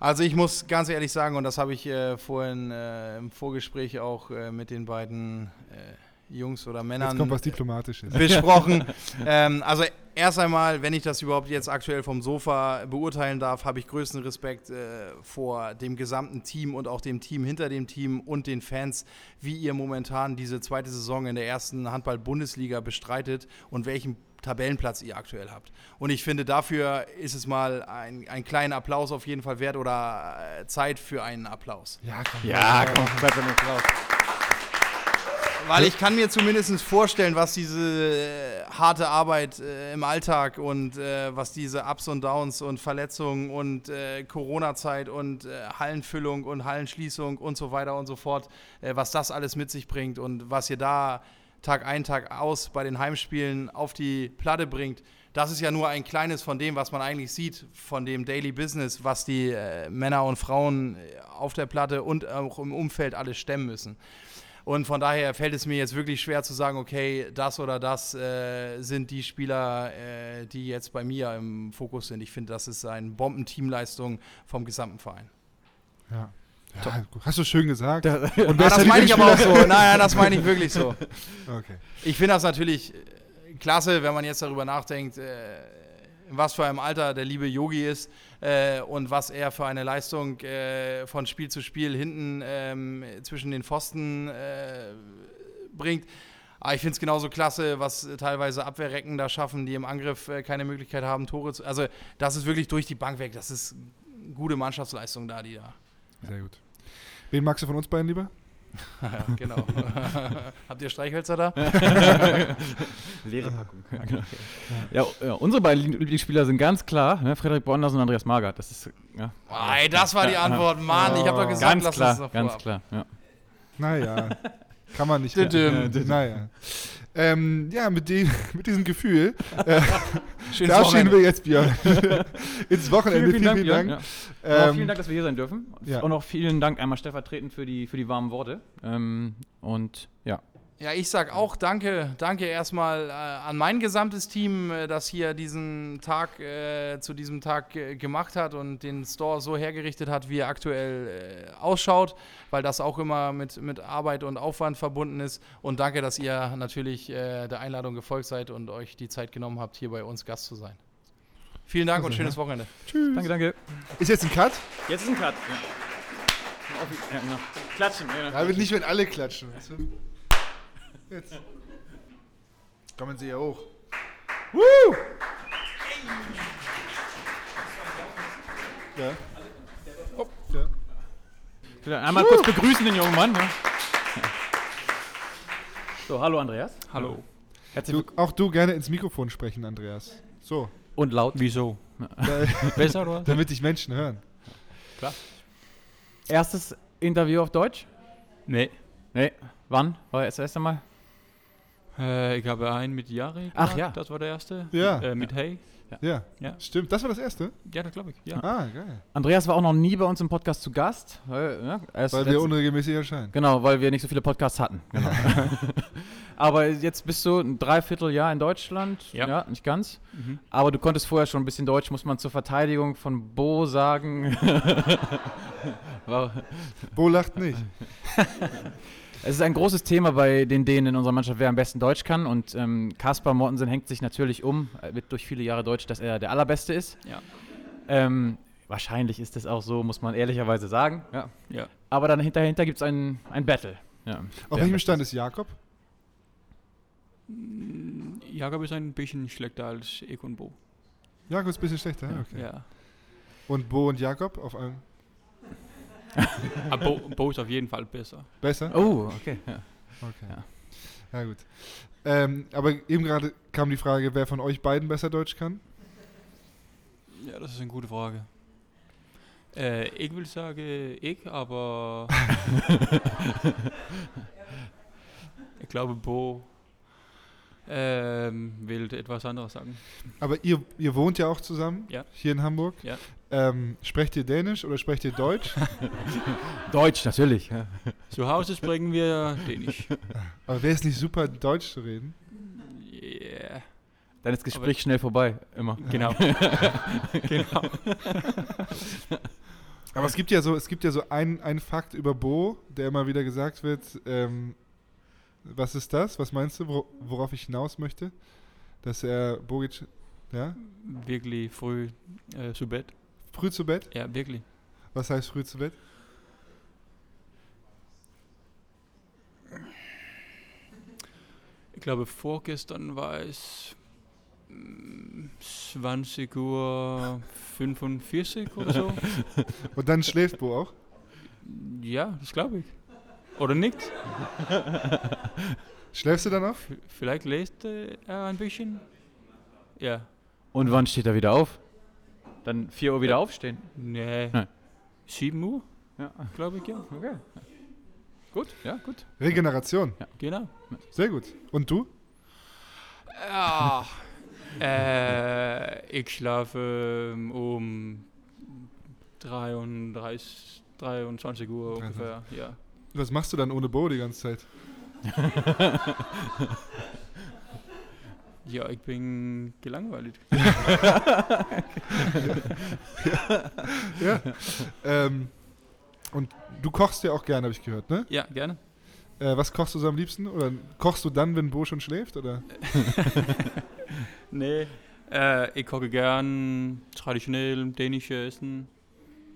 Speaker 4: Also ich muss ganz ehrlich sagen, und das habe ich äh, vorhin äh, im Vorgespräch auch äh, mit den beiden äh, Jungs oder Männern
Speaker 2: Jetzt kommt was Diplomatisches.
Speaker 4: besprochen. ähm, also erst einmal, wenn ich das überhaupt jetzt aktuell vom Sofa beurteilen darf, habe ich größten Respekt äh, vor dem gesamten Team und auch dem Team hinter dem Team und den Fans, wie ihr momentan diese zweite Saison in der ersten Handball-Bundesliga bestreitet und welchen Tabellenplatz ihr aktuell habt. Und ich finde, dafür ist es mal ein, einen kleinen Applaus auf jeden Fall wert oder äh, Zeit für einen Applaus.
Speaker 2: Ja, Ah, komm.
Speaker 3: Ja, komm, bleib bei mir drauf.
Speaker 4: Weil ich kann mir zumindest vorstellen, was diese äh, harte Arbeit äh, im Alltag und äh, was diese Ups und Downs und Verletzungen und äh, Corona-Zeit und äh, Hallenfüllung und Hallenschließung und so weiter und so fort, äh, was das alles mit sich bringt und was ihr da Tag ein, Tag aus bei den Heimspielen auf die Platte bringt. Das ist ja nur ein kleines von dem, was man eigentlich sieht, von dem Daily Business, was die äh, Männer und Frauen äh, auf der Platte und auch im Umfeld alles stemmen müssen. Und von daher fällt es mir jetzt wirklich schwer zu sagen, okay, das oder das äh, sind die Spieler, äh, die jetzt bei mir im Fokus sind. Ich finde, das ist eine Bombenteamleistung vom gesamten Verein.
Speaker 2: Ja. Ja, hast du schön gesagt.
Speaker 3: Und
Speaker 2: wer
Speaker 4: Ah,
Speaker 2: ist
Speaker 4: das
Speaker 2: der
Speaker 4: meine ich aber auch so. Naja, das meine ich wirklich so.
Speaker 2: Okay.
Speaker 4: Ich finde das natürlich äh, klasse, wenn man jetzt darüber nachdenkt, äh, in was für einem Alter der liebe Yogi ist äh, und was er für eine Leistung äh, von Spiel zu Spiel hinten ähm, zwischen den Pfosten äh, bringt. Aber ich finde es genauso klasse, was äh, teilweise Abwehrrecken da schaffen, die im Angriff äh, keine Möglichkeit haben, Tore zu. Also, das ist wirklich durch die Bank weg. Das ist gute Mannschaftsleistung da, die da.
Speaker 2: Sehr gut. Wen magst du von uns beiden lieber?
Speaker 4: Ja, genau. Habt ihr Streichhölzer da?
Speaker 2: Ah.
Speaker 3: Leere Packung. genau. Ja, ja, unsere beiden Lie- Lieblingsspieler sind ganz klar ne, Frederik Bonders und Andreas Magert. Das ist ja,
Speaker 4: Ei, das war die
Speaker 3: Ja, Oh.
Speaker 4: Antwort, Mann. Ich habe doch gesagt,
Speaker 3: ganz
Speaker 4: lass uns
Speaker 3: klar,
Speaker 4: doch
Speaker 3: ganz
Speaker 4: vorab.
Speaker 3: klar. Ja.
Speaker 2: Naja, kann man nicht.
Speaker 4: Düdüm.
Speaker 2: retten. Naja. Ähm, ja, mit, dem, mit diesem Gefühl
Speaker 4: Schönes
Speaker 2: verabschieden
Speaker 4: Wochenende.
Speaker 2: wir jetzt, Björn. Ins Wochenende. Vielen, vielen, Dank.
Speaker 3: Ja.
Speaker 2: Ähm,
Speaker 3: vielen Dank, dass wir hier sein dürfen.
Speaker 2: ja.
Speaker 3: Und auch vielen Dank einmal stellvertretend für die, für die warmen Worte. Ähm, und ja,
Speaker 4: Ja, ich sag auch danke, danke erstmal äh, an mein gesamtes Team, äh, das hier diesen Tag äh, zu diesem Tag äh, gemacht hat und den Store so hergerichtet hat, wie er aktuell äh, ausschaut, weil das auch immer mit, mit Arbeit und Aufwand verbunden ist. Und danke, dass ihr natürlich äh, der Einladung gefolgt seid und euch die Zeit genommen habt, hier bei uns Gast zu sein. Vielen Dank und schönes Wochenende.
Speaker 2: Tschüss.
Speaker 3: danke, danke.
Speaker 2: Ist jetzt ein Cut?
Speaker 3: Jetzt ist ein Cut. Ja. genau. Klatschen. Ja,
Speaker 2: Ja, wird nicht, wenn alle klatschen. Weißt du? Jetzt. Kommen Sie ja hoch. Woo! Ja. Hopp. Ja.
Speaker 3: Einmal kurz begrüßen den jungen Mann. Ne? So, hallo Andreas. Hallo. Herzlich
Speaker 2: Du, auch du gerne ins Mikrofon sprechen, Andreas. So,
Speaker 3: Und laut. Wieso? Besser oder?
Speaker 2: damit dich Menschen hören.
Speaker 3: Erstes Interview auf Deutsch?
Speaker 5: Nee.
Speaker 3: Nee. Wann? War das erste Mal?
Speaker 5: Äh, ich habe einen mit Jari.
Speaker 3: Ach
Speaker 5: gemacht,
Speaker 3: ja.
Speaker 5: Das war der erste.
Speaker 2: Ja.
Speaker 5: Äh, mit Hey.
Speaker 2: Ja.
Speaker 5: Ja.
Speaker 2: Stimmt, das war das erste?
Speaker 5: Ja, das glaube ich. Ja.
Speaker 2: Ah, geil.
Speaker 3: Andreas war auch noch nie bei uns im Podcast zu Gast. Weil, ne, er ist
Speaker 2: Weil
Speaker 3: letzt-
Speaker 2: wir unregelmäßig erscheinen.
Speaker 3: genau, weil wir nicht so viele Podcasts hatten. Genau. Aber jetzt bist du ein Dreivierteljahr in Deutschland.
Speaker 5: Ja.
Speaker 3: Nicht ganz.
Speaker 5: Mhm.
Speaker 3: Aber du konntest vorher schon ein bisschen Deutsch, muss man zur Verteidigung von Bo sagen. War-
Speaker 2: Bo lacht nicht.
Speaker 3: Es ist ein großes Thema bei den Dänen in unserer Mannschaft, wer am besten Deutsch kann. Und ähm, Kaspar Mortensen hängt sich natürlich um, äh, wird durch viele Jahre Deutsch, dass er der Allerbeste ist.
Speaker 5: Ja.
Speaker 3: Ähm, wahrscheinlich ist es auch so, muss man ehrlicherweise sagen. Ja.
Speaker 5: Ja.
Speaker 3: Aber dann hinter- dahinter gibt es ein, ein Battle. Ja.
Speaker 2: Auf
Speaker 3: Wer am
Speaker 2: welchem Stand ist Jakob?
Speaker 5: Jakob ist ein bisschen schlechter als ich und Bo.
Speaker 2: Jakob ist ein bisschen schlechter. Ja, okay.
Speaker 5: Ja.
Speaker 2: Und Bo und Jakob auf einem
Speaker 5: Aber Ah, Bo, Bo ist auf jeden Fall besser.
Speaker 2: besser?
Speaker 3: besten- Oh, okay. Ja.
Speaker 2: Okay.
Speaker 3: Ja.
Speaker 2: Ja, gut. Ähm, aber eben gerade kam die Frage, wer von euch beiden besser Deutsch kann.
Speaker 5: Ja, das ist eine gute Frage. Äh, ich will sagen, ich, aber. ich glaube, Bo ähm, will etwas anderes sagen.
Speaker 2: Aber ihr, ihr wohnt ja auch zusammen
Speaker 5: Ja.
Speaker 2: hier in Hamburg.
Speaker 5: Ja.
Speaker 2: Ähm, sprecht ihr Dänisch oder sprecht ihr Deutsch?
Speaker 3: Deutsch, natürlich. Ja.
Speaker 5: Zu Hause sprechen wir Dänisch.
Speaker 2: aber wäre es nicht super, Deutsch zu reden?
Speaker 5: Yeah.
Speaker 3: Dann ist Gespräch Genau. schnell vorbei, immer.
Speaker 5: Genau. genau.
Speaker 2: Aber es gibt ja so, es gibt ja so einen, einen Fakt über Bo, der immer wieder gesagt wird. Ähm, was ist das? Was meinst du, wor- worauf ich hinaus möchte? Dass er Bogic, ja,
Speaker 5: Wirklich früh äh, zu Bett.
Speaker 2: früh zu Bett?
Speaker 5: Ja, wirklich.
Speaker 2: Was heißt früh zu Bett?
Speaker 5: Ich glaube, vorgestern war es mm, 20 Uhr 45 oder so.
Speaker 2: Und dann schläft Bo auch.
Speaker 5: ja, das glaube ich. Oder nicht?
Speaker 2: Schläfst du dann auf?
Speaker 5: V- Vielleicht lest äh, er ein bisschen. Ja.
Speaker 3: Und wann steht er wieder auf? Dann 4 Uhr wieder aufstehen.
Speaker 5: Nee.
Speaker 3: Nein.
Speaker 5: 7 Uhr,
Speaker 3: Ja,
Speaker 5: glaube ich, ja.
Speaker 3: okay. Gut, ja, gut.
Speaker 2: Regeneration.
Speaker 5: Genau.
Speaker 2: Sehr gut. Und du?
Speaker 5: Ja. äh, ich schlafe ähm, um 33, 23 Uhr ungefähr. Ja.
Speaker 2: Was machst du dann ohne Bo die ganze Zeit?
Speaker 5: ja, ich bin gelangweilt.
Speaker 2: Ja. ähm, und du kochst ja auch gerne, habe ich gehört, ne?
Speaker 5: Ja, gerne.
Speaker 2: Äh, was kochst du so am liebsten? Oder kochst du dann, wenn Bo schon schläft? Oder?
Speaker 5: Nee. Äh, ich koche gern traditionell dänische Essen.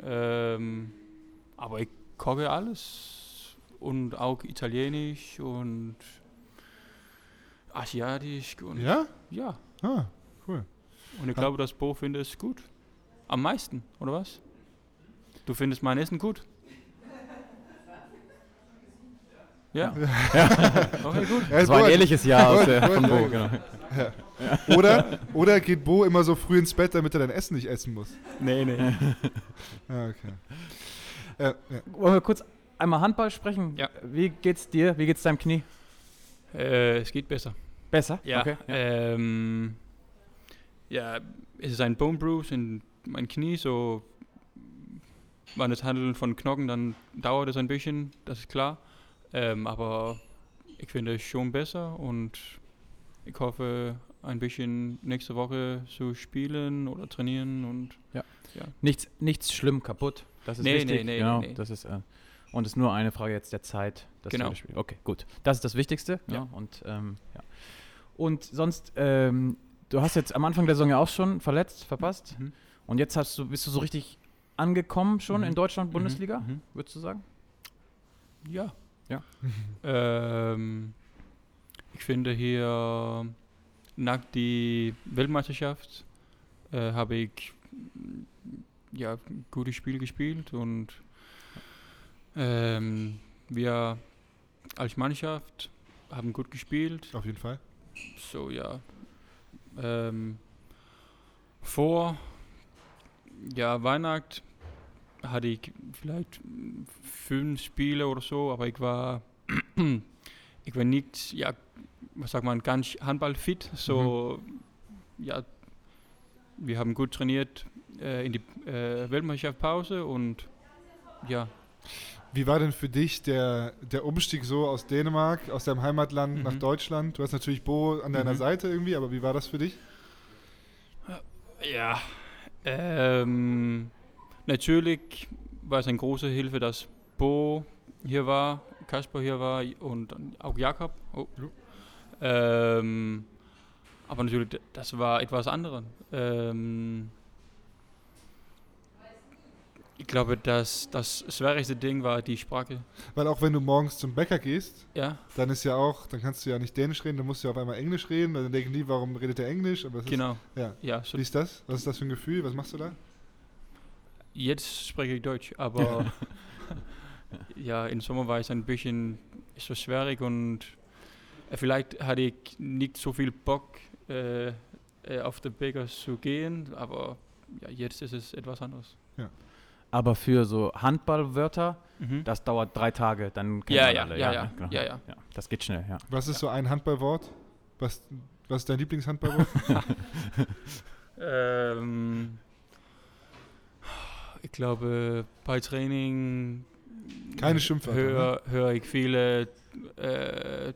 Speaker 5: Ähm, aber ich koche alles. Und auch italienisch und asiatisch. Und ja.
Speaker 2: Ja? Ah, cool.
Speaker 5: Und ich
Speaker 2: Ah.
Speaker 5: glaube, das Bo findet es gut. Am meisten, oder was? Du findest mein Essen gut? Ja. Okay, gut.
Speaker 2: Ja,
Speaker 3: Das war
Speaker 2: Also Bo
Speaker 3: ein
Speaker 2: hat-
Speaker 3: ehrliches Ja aus der
Speaker 2: Wollte-
Speaker 3: von Bo,
Speaker 2: wollte-
Speaker 3: genau.
Speaker 2: Oder, oder geht Bo immer so früh ins Bett, damit er dein Essen nicht essen muss?
Speaker 5: Nee, nee.
Speaker 2: Ah, okay. Äh, ja.
Speaker 3: Wollen wir kurz einmal Handball sprechen?
Speaker 5: Ja.
Speaker 3: Wie geht's dir? Wie geht's deinem Knie?
Speaker 5: Äh, es geht besser.
Speaker 3: Besser?
Speaker 5: Ja,
Speaker 3: Okay.
Speaker 5: Ähm, ja, es ist ein Bone Bruise in mein Knie, so wenn es handelt von Knochen, dann dauert es ein bisschen, das ist klar. Ähm, aber ich finde es schon besser und ich hoffe, ein bisschen nächste Woche zu spielen oder trainieren und
Speaker 3: Nichts, nichts schlimm kaputt. Das ist
Speaker 5: Nee,
Speaker 3: wichtig.
Speaker 5: nee, nee,
Speaker 3: genau,
Speaker 5: nee.
Speaker 3: Das ist, äh, und es ist nur eine Frage jetzt der Zeit. Dass wir
Speaker 5: Genau.
Speaker 3: das Spiel. Okay, gut. Das ist das Wichtigste. Ja.
Speaker 5: Ja.
Speaker 3: Und, ähm, ja. und sonst, ähm, du hast jetzt am Anfang der Saison ja auch schon verletzt, verpasst.
Speaker 5: Mhm.
Speaker 3: Und jetzt hast du, bist du so richtig angekommen schon
Speaker 5: Mhm.
Speaker 3: in Deutschland, Bundesliga,
Speaker 5: Mhm.
Speaker 3: würdest du sagen?
Speaker 5: Ja.
Speaker 3: Ja.
Speaker 5: ähm, ich finde hier nach die Weltmeisterschaft äh, habe ich mm, ja gutes Spiel gespielt und ähm, wir als Mannschaft haben gut gespielt
Speaker 2: Auf jeden Fall.
Speaker 5: so ja ähm, vor ja Weihnacht hatte ich vielleicht mm, fünf Spiele oder so aber ich war ich war nicht ja was sagt man ganz handballfit so ja wir haben gut trainiert äh, in die äh, Weltmeisterschaftspause und ja
Speaker 2: Wie war denn für dich der, der Umstieg so aus Dänemark, aus deinem Heimatland
Speaker 5: Mhm.
Speaker 2: nach Deutschland? Du hast natürlich Bo an deiner
Speaker 5: Mhm.
Speaker 2: Seite irgendwie, aber wie war das für dich?
Speaker 5: Ja, ähm, natürlich war es eine große Hilfe, dass Bo hier war, Kasper hier war und auch Jakob. Oh. Ähm, aber natürlich, d- das war etwas anderes. Ähm, ich glaube, das, das schwierigste Ding war die Sprache.
Speaker 2: Weil auch wenn du morgens zum Bäcker gehst,
Speaker 5: Ja,
Speaker 2: dann ist ja auch, dann kannst du ja nicht Dänisch reden, dann musst du ja auf einmal Englisch reden. Dann denken die, warum redet er Englisch? Aber es
Speaker 5: genau.
Speaker 2: ja.
Speaker 5: ja
Speaker 2: ist,
Speaker 5: so
Speaker 2: wie ist das? Was ist das für ein Gefühl? Was machst du da?
Speaker 5: Jetzt spreche ich Deutsch, aber ja, im Sommer war es ein bisschen so schwierig und äh, vielleicht hatte ich nicht so viel Bock, äh, äh, auf den Bäcker zu gehen, aber ja, jetzt ist es etwas anderes.
Speaker 3: Aber für so Handballwörter,
Speaker 5: Mhm.
Speaker 3: das dauert drei Tage, dann kennen
Speaker 5: Ja,
Speaker 3: wir
Speaker 5: ja,
Speaker 3: alle.
Speaker 5: ja,
Speaker 3: ne?
Speaker 5: ja,
Speaker 3: Genau.
Speaker 5: ja, ja.
Speaker 3: Das geht schnell, ja.
Speaker 2: Was ist so ein Handballwort? Was, was ist dein Lieblingshandballwort?
Speaker 5: Ähm, ich glaube, bei Training
Speaker 2: Keine Schimpfwörter. Ne?
Speaker 5: höre, höre ich viele äh,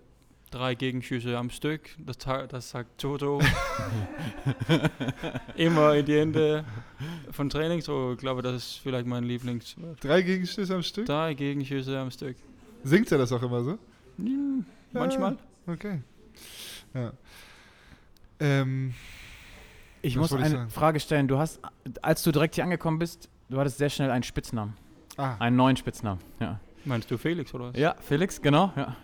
Speaker 5: drei Gegenschüsse am Stück. Das, ta- das sagt Toto. Immer in die Ende von Training. So, ich glaube, das ist vielleicht mein Lieblings.
Speaker 2: Drei Gegenstöße am Stück?
Speaker 5: Drei Gegenschüsse am Stück.
Speaker 2: Singt er das auch immer so?
Speaker 5: Hm,
Speaker 2: Äh.
Speaker 5: Manchmal.
Speaker 2: Okay. Ja. Ähm,
Speaker 3: Ich
Speaker 2: Was
Speaker 3: muss
Speaker 2: wollte
Speaker 3: eine
Speaker 2: ich sagen?
Speaker 3: Frage stellen. Du hast, als du direkt hier angekommen bist, du hattest sehr schnell einen Spitznamen.
Speaker 2: ah,
Speaker 3: Einen neuen Spitznamen. Ja,
Speaker 5: Meinst du Felix oder was?
Speaker 3: ja Felix, genau. Ja.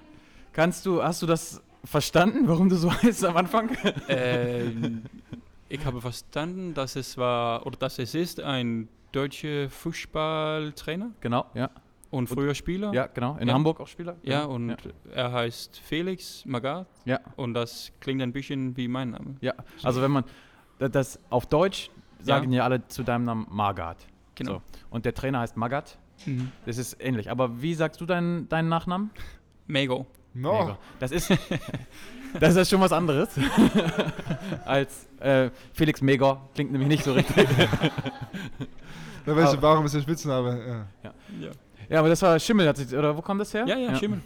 Speaker 3: Kannst du, hast du das verstanden, warum du so heißt am Anfang?
Speaker 5: Ähm, ich habe verstanden, dass es war oder dass es ist ein deutscher Fußballtrainer
Speaker 3: genau, ja.
Speaker 5: und früher Spieler.
Speaker 3: Ja, genau. In
Speaker 5: Ja.
Speaker 3: Hamburg auch Spieler.
Speaker 5: Ja, und er heißt Felix Magath.
Speaker 3: Ja.
Speaker 5: Und das klingt ein bisschen wie mein Name.
Speaker 3: Ja, also wenn man da- das auf Deutsch sagen ja, alle zu deinem Namen Margat.
Speaker 5: Genau.
Speaker 3: Und der Trainer heißt Magat.
Speaker 5: Mhm.
Speaker 3: Das ist ähnlich. Aber wie sagst du deinen, deinen Nachnamen?
Speaker 5: Mego.
Speaker 2: no.
Speaker 3: Das ist das ist schon was anderes als äh, Felix Megor. Klingt nämlich nicht so richtig.
Speaker 2: Na, weißt
Speaker 5: Ah.
Speaker 3: Aber-
Speaker 2: du, warum ist der Spitzname? Ja.
Speaker 5: Ja,
Speaker 3: Ja, aber das war Schimmel. Hat sich, oder wo kommt das her?
Speaker 5: ja, ja, Schimmel.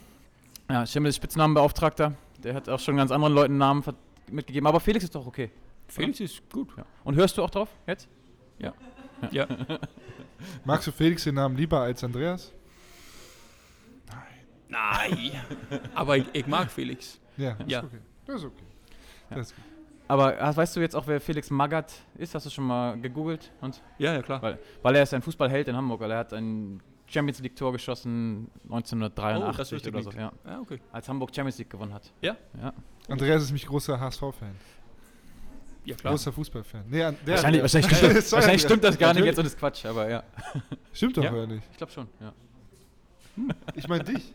Speaker 3: Ja, Schimmel ist Spitznamenbeauftragter. Der hat auch schon ganz anderen Leuten Namen ver- mitgegeben. Aber Felix ist doch okay.
Speaker 5: Felix ist gut.
Speaker 3: Ja. Und hörst du auch drauf jetzt?
Speaker 5: Ja.
Speaker 2: Magst du Felix den Namen lieber als Andreas?
Speaker 5: Nein. Aber ich, ich mag Felix.
Speaker 2: Ja,
Speaker 5: Ja.
Speaker 2: Ist okay. Das ist okay.
Speaker 3: Ja.
Speaker 2: Das ist gut.
Speaker 3: Aber ah, weißt du jetzt auch, wer Felix Magath ist? Hast du schon mal gegoogelt? Und
Speaker 5: Ja, ja, klar.
Speaker 3: Weil, weil er ist ein Fußballheld in Hamburg, weil er hat ein Champions League-Tor geschossen 1983
Speaker 5: wusste ich
Speaker 3: oder so,
Speaker 5: nicht.
Speaker 3: ja,
Speaker 5: Ah, okay.
Speaker 3: als Hamburg Champions League gewonnen hat.
Speaker 5: Ja.
Speaker 3: ja.
Speaker 2: Andreas ist mich großer HSV-Fan.
Speaker 5: Ja, klar.
Speaker 2: Großer Fußballfan. Nee, an- der
Speaker 3: Wahrscheinlich, wahrscheinlich, stimmt, das-
Speaker 2: Sorry,
Speaker 3: wahrscheinlich
Speaker 2: ja.
Speaker 3: stimmt das gar nicht
Speaker 2: Natürlich.
Speaker 3: jetzt und ist Quatsch, aber ja,
Speaker 2: Stimmt doch
Speaker 5: Ja.
Speaker 2: oder nicht?
Speaker 3: ich glaube schon. Ja.
Speaker 2: Ich meine dich.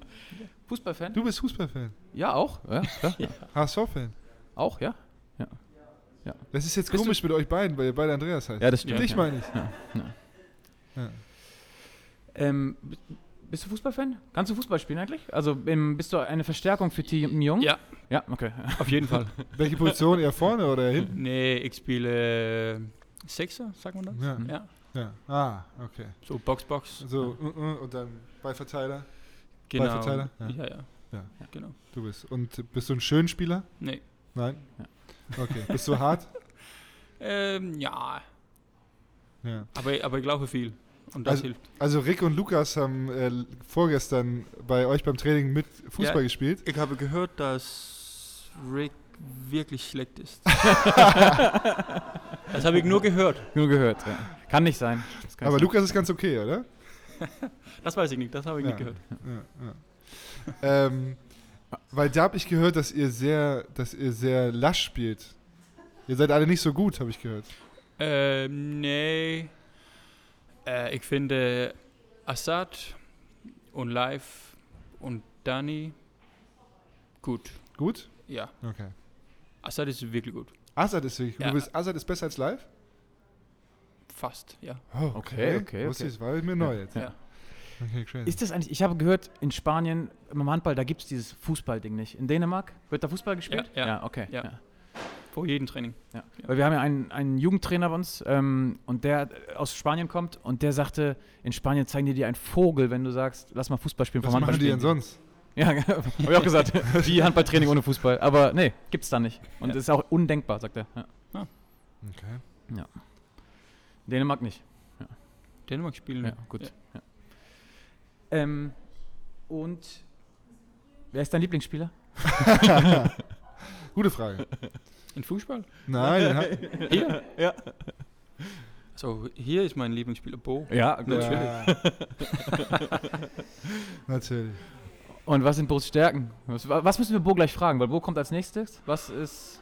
Speaker 3: Fußballfan?
Speaker 2: Du bist Fußballfan.
Speaker 3: Ja, auch. Ja, klar.
Speaker 2: HSV-Fan.
Speaker 3: Auch, ja.
Speaker 2: Das ist jetzt
Speaker 3: Bist du-
Speaker 2: komisch mit euch beiden, weil ihr beide Andreas heißt.
Speaker 3: das
Speaker 5: stimmt,
Speaker 2: Dich
Speaker 3: Ja.
Speaker 2: meine ich.
Speaker 3: Ja.
Speaker 2: Ja.
Speaker 3: Ähm, b- bist du Fußballfan? Kannst du Fußball spielen eigentlich? Also ähm, bist du eine Verstärkung für Team Jung?
Speaker 5: Ja.
Speaker 3: Ja, okay.
Speaker 5: Auf jeden Fall.
Speaker 2: Welche Position? Eher vorne oder hinten?
Speaker 5: Nee, ich spiele äh, Sechser, sagt man das?
Speaker 2: Ja. ja.
Speaker 5: Ja.
Speaker 2: Ah, okay.
Speaker 5: So Box, Box.
Speaker 2: So, mm, mm, und dann Ballverteiler.
Speaker 5: Genau.
Speaker 2: Verteiler? Ja.
Speaker 5: Ja, ja.
Speaker 2: Ja.
Speaker 5: Genau.
Speaker 2: Du bist. Und bist du ein schöner Spieler?
Speaker 5: Nee.
Speaker 2: Nein?
Speaker 3: Ja.
Speaker 2: Okay. Bist du hart?
Speaker 5: Ähm, ja,
Speaker 2: Ja.
Speaker 5: aber, aber ich glaube viel. Und das
Speaker 2: Also-
Speaker 5: hilft.
Speaker 2: Also Rick und Lukas haben äh, vorgestern bei euch beim Training mit Fußball
Speaker 5: Ja.
Speaker 2: gespielt.
Speaker 5: Ich habe gehört, dass Rick wirklich schlecht ist. das habe ich nur gehört.
Speaker 3: Nur gehört. Ja. Kann nicht sein. Das kann
Speaker 2: Aber
Speaker 3: nicht
Speaker 2: Lukas ist ganz okay, oder?
Speaker 5: Das weiß ich nicht, das habe ich
Speaker 2: Ja.
Speaker 5: nicht gehört.
Speaker 2: Ja, ja. ähm, weil da habe ich gehört, dass ihr sehr, dass ihr sehr lasch spielt. Ihr seid alle nicht so gut, habe ich gehört.
Speaker 5: Ähm, nee. Äh, ich finde Assad und Live und Dani gut.
Speaker 2: Gut?
Speaker 5: Ja,
Speaker 2: Okay.
Speaker 5: Assad ist wirklich gut.
Speaker 2: Azad ist wirklich gut.
Speaker 5: Ja.
Speaker 2: Du bist, Azad ist besser als live?
Speaker 5: Fast, ja.
Speaker 2: Oh,
Speaker 3: Okay, okay,
Speaker 2: Wusste
Speaker 3: okay.
Speaker 2: ich, war mir neu jetzt.
Speaker 3: sein.
Speaker 5: Ja.
Speaker 2: Okay, crazy.
Speaker 3: Ist das eigentlich, ich habe gehört, in Spanien, im Handball, da gibt es dieses Fußballding nicht. In Dänemark wird da Fußball gespielt?
Speaker 5: Ja, ja.
Speaker 3: okay.
Speaker 5: Ja.
Speaker 3: ja,
Speaker 5: Vor jedem Training.
Speaker 3: ja.
Speaker 5: Ja.
Speaker 3: Weil wir haben ja einen, einen Jugendtrainer bei uns ähm, und der aus Spanien kommt und der sagte, in Spanien zeigen die dir einen Vogel, wenn du sagst, lass mal Fußball spielen
Speaker 2: Was
Speaker 3: vom Handball
Speaker 2: machen die denn
Speaker 3: spielen.
Speaker 2: sonst?
Speaker 3: Ja, habe ich auch gesagt. Wie Handballtraining ohne Fußball. Aber nee, gibt's da nicht. Und
Speaker 5: Ja.
Speaker 3: ist auch undenkbar, sagt er. Ja.
Speaker 2: Okay.
Speaker 3: Dänemark nicht.
Speaker 5: Dänemark spielen.
Speaker 3: Ja, gut. Ja. Ähm, und wer ist dein Lieblingsspieler?
Speaker 2: Gute Frage.
Speaker 5: In Fußball?
Speaker 2: Nein, den hat-
Speaker 5: Hier? ja. So, Also, hier ist mein Lieblingsspieler Bo.
Speaker 3: Ja,
Speaker 2: Ja. Natürlich.
Speaker 3: Und was sind Bo's Stärken? Was, was müssen wir Bo gleich fragen? Weil Bo kommt als nächstes. Was ist.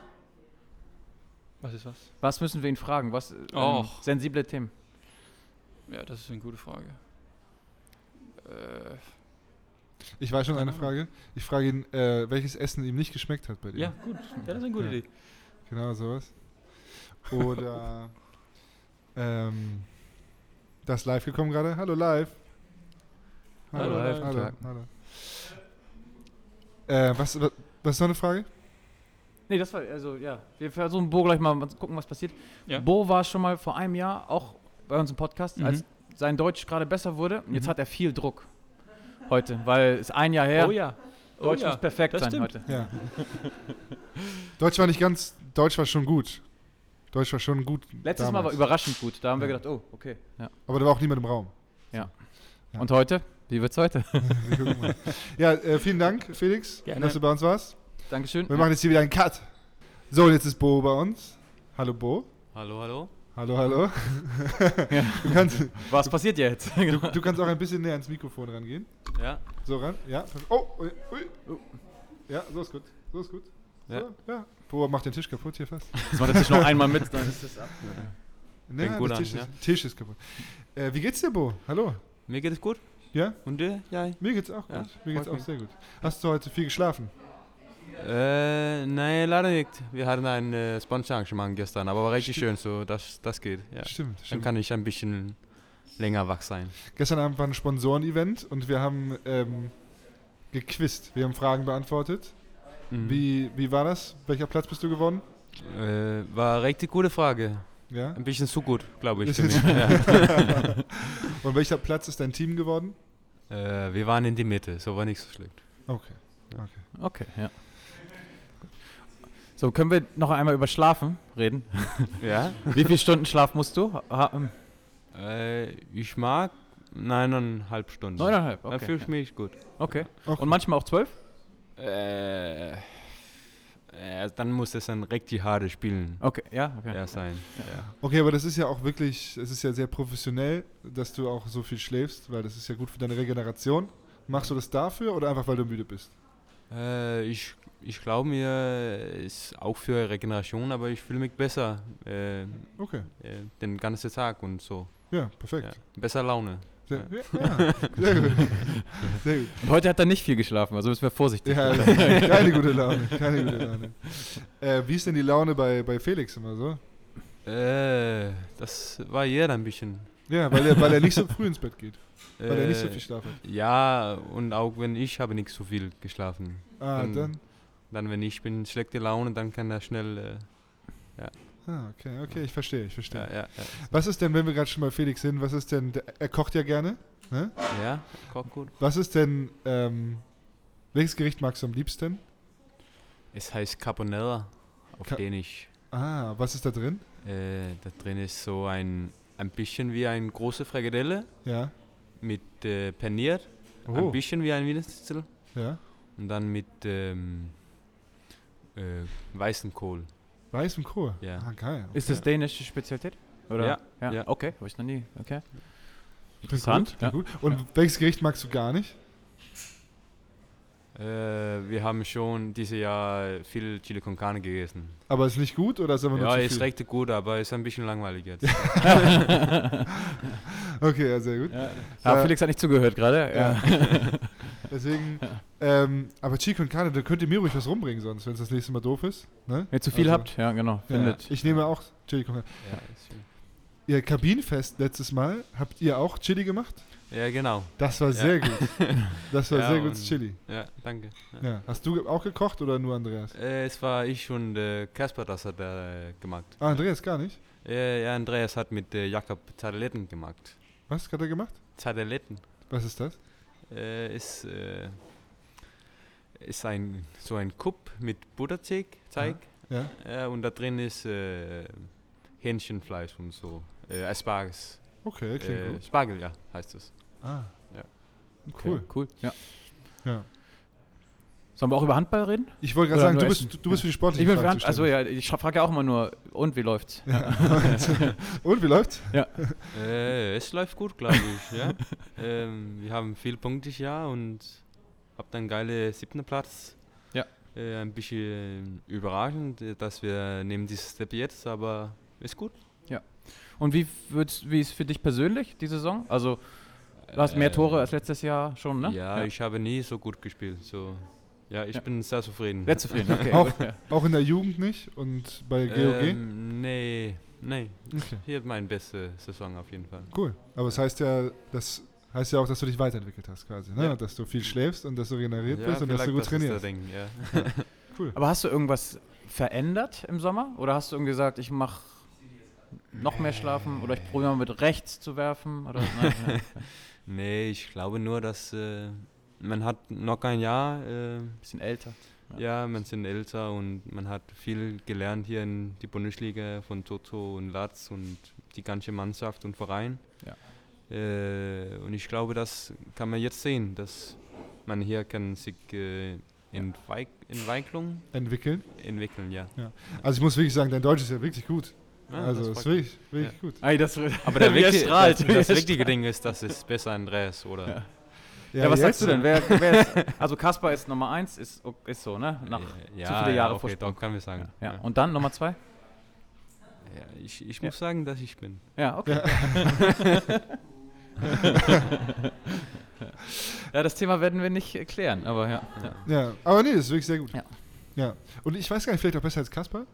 Speaker 5: Was ist das?
Speaker 3: Was müssen wir ihn fragen? Was äh,
Speaker 5: Och.
Speaker 3: sensible Themen?
Speaker 5: Ja, das ist eine gute Frage. Äh,
Speaker 2: Ich weiß schon
Speaker 5: Keine
Speaker 2: eine
Speaker 5: Ahnung.
Speaker 2: Frage. Ich frage ihn, äh, welches Essen ihm nicht geschmeckt hat bei dir.
Speaker 5: ja, gut. Ja, das ist eine gute
Speaker 2: Ja.
Speaker 5: Idee.
Speaker 2: Genau sowas. Oder ähm, das Live gekommen gerade. Hallo Live.
Speaker 5: Hallo, Live.
Speaker 2: Hallo.
Speaker 3: Guten
Speaker 2: hallo. Äh, was, was, was ist noch eine Frage?
Speaker 3: Nee, das war. Also, ja. Wir versuchen Bo gleich mal mal zu gucken, was passiert.
Speaker 5: Ja.
Speaker 3: Bo war schon mal vor einem Jahr auch bei uns im Podcast,
Speaker 5: Mhm.
Speaker 3: als sein Deutsch gerade besser wurde. Und Jetzt
Speaker 5: Mhm.
Speaker 3: hat er viel Druck heute, weil es ein Jahr her.
Speaker 5: Oh ja.
Speaker 3: Deutsch
Speaker 5: ja,
Speaker 3: muss perfekt
Speaker 5: das
Speaker 3: sein
Speaker 5: stimmt.
Speaker 3: heute.
Speaker 2: Ja. Deutsch war nicht ganz, Deutsch war schon gut. Deutsch war schon gut.
Speaker 3: Letztes Mal war
Speaker 2: damals.
Speaker 3: überraschend gut. Da haben wir
Speaker 2: Ja.
Speaker 3: gedacht, oh, okay. Ja.
Speaker 2: Aber da war auch niemand im Raum. Ja.
Speaker 3: Und heute? Wie wird's heute?
Speaker 2: Wir gucken mal. ja, äh, vielen Dank, Felix,
Speaker 5: Gerne.
Speaker 2: dass du bei uns warst.
Speaker 3: Dankeschön.
Speaker 2: Wir machen jetzt hier wieder einen Cut. So, und jetzt ist Bo bei uns. Hallo Bo.
Speaker 6: Hallo, hallo.
Speaker 2: Hallo, hallo. Du, kannst,
Speaker 3: Was passiert jetzt?
Speaker 2: du, du kannst auch ein bisschen näher ans Mikrofon rangehen.
Speaker 6: Ja,
Speaker 2: So ran. Ja. Oh, ui, ui. Ja, so ist gut. So ist gut. So,
Speaker 6: Ja.
Speaker 2: ja. Bo macht den Tisch kaputt hier fast.
Speaker 3: Jetzt macht er sich noch einmal mit, dann ist es ab.
Speaker 2: Na,
Speaker 6: Fängt gut
Speaker 2: der
Speaker 6: an,
Speaker 2: Tisch,
Speaker 6: ja.
Speaker 2: ist, Tisch ist kaputt. Äh, wie geht's dir, Bo? Hallo.
Speaker 6: mir geht es gut.
Speaker 2: Ja?
Speaker 6: Und dir? Ja.
Speaker 2: Mir geht's auch gut.
Speaker 6: Ja,
Speaker 2: Mir geht's
Speaker 6: freut
Speaker 2: auch
Speaker 6: mich.
Speaker 2: sehr gut. Hast du heute viel geschlafen?
Speaker 6: Äh, nein, leider nicht. Wir hatten ein äh, Sponsorengagement gestern, aber war richtig schön, so das, das geht. Ja.
Speaker 2: Stimmt,
Speaker 6: Dann
Speaker 2: stimmt.
Speaker 6: kann ich ein bisschen länger wach sein.
Speaker 2: Gestern Abend war ein Sponsoren-Event und wir haben ähm, gequizt. Wir haben Fragen beantwortet.
Speaker 6: Mhm.
Speaker 2: Wie, wie war das? Welcher Platz bist du geworden?
Speaker 6: Äh, war richtig gute Frage.
Speaker 2: Ja.
Speaker 6: Ein bisschen zu gut, glaube ich. Für mich.
Speaker 2: Bisschen
Speaker 6: ja.
Speaker 2: Und welcher Platz ist dein Team geworden?
Speaker 6: äh, wir waren in die Mitte, so war nicht so schlecht.
Speaker 2: Okay.
Speaker 3: Okay, ja. So, können wir noch einmal über Schlafen reden?
Speaker 6: Ja?
Speaker 3: Wie viele Stunden Schlaf musst du? Ha- ähm,
Speaker 6: Äh, ich mag neuneinhalb Stunden.
Speaker 3: Neuneinhalb,
Speaker 6: Da fühle ich
Speaker 3: okay.
Speaker 6: mich gut.
Speaker 3: okay.
Speaker 2: Okay.
Speaker 3: Und manchmal auch zwölf?
Speaker 6: Äh, äh, dann muss es ein richtig hartes Spielen
Speaker 3: Okay, ja, okay.
Speaker 6: ja, sein. Ja.
Speaker 2: Okay, aber das ist ja auch wirklich, es ist ja sehr professionell, dass du auch so viel schläfst, weil das ist ja gut für deine Regeneration. Machst du das dafür oder einfach, weil du müde bist?
Speaker 6: Äh, ich ich glaube mir, ist auch für Regeneration, aber ich fühle mich besser äh, äh,
Speaker 2: Okay,
Speaker 6: den ganzen Tag und so.
Speaker 2: ja,
Speaker 6: Ja.
Speaker 2: perfekt.
Speaker 6: Besser Laune.
Speaker 2: Sehr, ja, ja. sehr gut. Sehr gut.
Speaker 3: Und heute hat er nicht viel geschlafen, also müssen wir vorsichtig
Speaker 2: Ja,
Speaker 3: sein.
Speaker 2: keine gute Laune, keine gute Laune. Äh, wie ist denn die Laune bei, bei Felix immer so?
Speaker 6: Äh, das variiert ein bisschen.
Speaker 2: Ja, weil er, weil er nicht so früh ins Bett geht,
Speaker 6: Äh,
Speaker 2: weil er nicht so viel Schlaf hat.
Speaker 6: ja, und auch wenn ich habe nicht so viel geschlafen.
Speaker 2: Ah,
Speaker 6: dann-
Speaker 2: dann.
Speaker 6: Dann wenn ich bin schlechte Laune, dann kann er schnell äh,
Speaker 2: Ah, okay, okay, ich verstehe, ich verstehe.
Speaker 6: ja, ja,
Speaker 2: Was ist denn, wenn wir gerade schon bei Felix sind, was ist denn, der- er kocht ja gerne, ne?
Speaker 6: ja. ja, kommt gut.
Speaker 2: Was ist denn, ähm, welches Gericht magst du am liebsten?
Speaker 6: Es heißt Carbonella auf
Speaker 2: Ka-
Speaker 6: Dänisch.
Speaker 2: Ah, was ist da drin?
Speaker 6: Äh, da drin ist so ein, ein bisschen wie eine große Frikadelle
Speaker 2: Ja.
Speaker 6: mit äh, paniert, ein
Speaker 2: Oh,
Speaker 6: bisschen wie ein Wienersnitzel
Speaker 2: ja.
Speaker 6: und dann mit ähm, äh, weißen Kohl.
Speaker 2: Weiß und Kohl.
Speaker 6: Ja.
Speaker 2: Ah, geil. Okay.
Speaker 3: Ist das dänische Spezialität? Oder?
Speaker 6: Ja,
Speaker 3: ja.
Speaker 6: ja.
Speaker 3: Okay, habe ich noch nie. Okay.
Speaker 2: Klingt
Speaker 3: interessant,
Speaker 2: Gut, klingt gut. Und welches Gericht magst du gar nicht?
Speaker 6: Äh, wir haben schon dieses Jahr viel Chili con Carne gegessen.
Speaker 2: Aber ist nicht gut oder ist aber nur
Speaker 6: Ja,
Speaker 2: zu
Speaker 6: ist
Speaker 2: viel?
Speaker 6: recht gut, aber ist ein bisschen langweilig jetzt.
Speaker 2: Okay, ja, sehr gut.
Speaker 3: Ja. Ah, Felix hat nicht zugehört gerade.
Speaker 2: Ja.
Speaker 3: Ja.
Speaker 2: Deswegen, ähm, aber Chico und Carne, da könnt ihr mir ruhig was rumbringen sonst, wenn es das nächste Mal doof ist. Ne?
Speaker 3: Wenn ihr zu viel
Speaker 2: Also-
Speaker 3: habt, ja, genau. Findet.
Speaker 2: Ich nehme auch Chili con Carne.
Speaker 6: ja, ist schön.
Speaker 2: Ihr Kabinenfest letztes Mal, habt ihr auch Chili gemacht?
Speaker 6: ja, genau.
Speaker 2: Das war sehr gut. Das war
Speaker 6: Ja,
Speaker 2: sehr gutes
Speaker 6: und-
Speaker 2: Chili.
Speaker 6: Ja, danke. Ja.
Speaker 2: Ja. Hast du ge- auch gekocht oder nur Andreas?
Speaker 6: Äh, es war ich und äh, Kasper, das hat er äh, gemacht.
Speaker 2: Ah, Andreas gar nicht.
Speaker 6: Äh, ja, Andreas hat mit äh, Jakob Tarteletten gemacht.
Speaker 2: Was hat er gemacht?
Speaker 6: Tarteletten.
Speaker 2: Was ist das?
Speaker 6: äh, ist, äh, ist ein, so ein Kupp mit Butterteig Teig,
Speaker 2: Ja.
Speaker 6: äh, und da drin ist äh, Hähnchenfleisch und so. Äh, Asparges.
Speaker 2: Okay, klingt
Speaker 6: Äh,
Speaker 2: gut.
Speaker 6: Spargel, ja, heißt es.
Speaker 2: Ah.
Speaker 6: ja.
Speaker 2: Cool.
Speaker 3: Cool. Ja.
Speaker 2: Ja.
Speaker 3: Sollen wir auch über Handball reden?
Speaker 2: Ich wollte gerade
Speaker 3: Oder
Speaker 2: sagen,
Speaker 3: nur
Speaker 2: du bist,
Speaker 3: essen.
Speaker 2: du bist für die sportliche
Speaker 3: Ich bin
Speaker 2: Frage
Speaker 3: für Hand Also
Speaker 2: zuständig.
Speaker 3: ja, ich frage ja auch immer nur, und wie läuft's?
Speaker 2: Und, wie läuft's?
Speaker 6: Äh, es läuft gut, glaube ich. ja. ähm, wir haben viel Punkte ja und hab dann geile siebten Platz.
Speaker 3: Ja.
Speaker 6: Äh, ein bisschen überraschend, äh, dass wir nehmen dieses Step jetzt, aber ist gut.
Speaker 3: Und wie wird's, wie ist für dich persönlich die Saison? Also du hast mehr
Speaker 6: Äh,
Speaker 3: Tore als letztes Jahr schon, ne?
Speaker 6: Ja, ich habe nie so gut gespielt. So. Ja, ich
Speaker 3: Ja.
Speaker 6: bin sehr zufrieden.
Speaker 3: Sehr zufrieden, okay.
Speaker 2: Auch-
Speaker 3: gut, ja.
Speaker 2: Auch in der Jugend nicht und bei GOG?
Speaker 6: Ähm, nee, nee.
Speaker 2: Okay.
Speaker 6: Hier meine beste Saison auf jeden Fall.
Speaker 2: Cool. Aber es heißt ja, das heißt ja auch, dass du dich weiterentwickelt hast quasi, ne?
Speaker 6: Ja.
Speaker 2: Dass du viel schläfst und dass du regeneriert
Speaker 6: Ja,
Speaker 2: bist und dass du
Speaker 6: vielleicht
Speaker 2: gut
Speaker 6: das ist der
Speaker 2: trainierst.
Speaker 6: Ding, ja.
Speaker 3: Aber hast du irgendwas verändert im Sommer? Oder hast du irgendwie gesagt, ich mache noch mehr schlafen oder ich probiere mal mit rechts zu werfen? Oder, nein,
Speaker 6: Nee, ich glaube nur, dass äh, man hat noch ein Jahr, äh,
Speaker 3: bisschen älter.
Speaker 6: ja. man sind älter und man hat viel gelernt hier in die Bundesliga von Toto und Latz und die ganze Mannschaft und Verein.
Speaker 3: Ja.
Speaker 6: Äh, und ich glaube, das kann man jetzt sehen, dass man hier kann sich äh, Entweik Entwicklung
Speaker 2: entwickeln.
Speaker 6: entwickeln, ja.
Speaker 2: Also ich muss wirklich sagen, dein Deutsch ist ja wirklich gut.
Speaker 6: Ja,
Speaker 2: also
Speaker 6: das
Speaker 2: ist
Speaker 6: freut mich.
Speaker 2: wirklich, wirklich gut.
Speaker 3: Ey, das,
Speaker 6: Aber der
Speaker 3: Wie er
Speaker 6: wichtige-
Speaker 3: strahlt, wie er
Speaker 6: das, das wichtige Ding ist, dass es besser Andreas, oder? äh,
Speaker 3: Ja. ja, was sagst
Speaker 2: jetzt-
Speaker 3: du denn? Wer, wer ist, also Kaspar ist Nummer 1, ist, o- ist so, ne? Nach
Speaker 6: ja,
Speaker 3: zu viele Jahre
Speaker 6: ja, okay,
Speaker 3: Vorsprung.
Speaker 6: doch, kann wir sagen.
Speaker 3: Ja. Und dann Nummer 2?
Speaker 6: Ja, ich, ich muss sagen, dass ich bin.
Speaker 3: Ja, okay. ja, das Thema werden wir nicht erklären, aber ja. ja.
Speaker 2: Ja, aber nee, das ist wirklich sehr gut.
Speaker 3: Ja.
Speaker 2: Ja. Und ich weiß gar nicht, vielleicht auch besser als Kasper?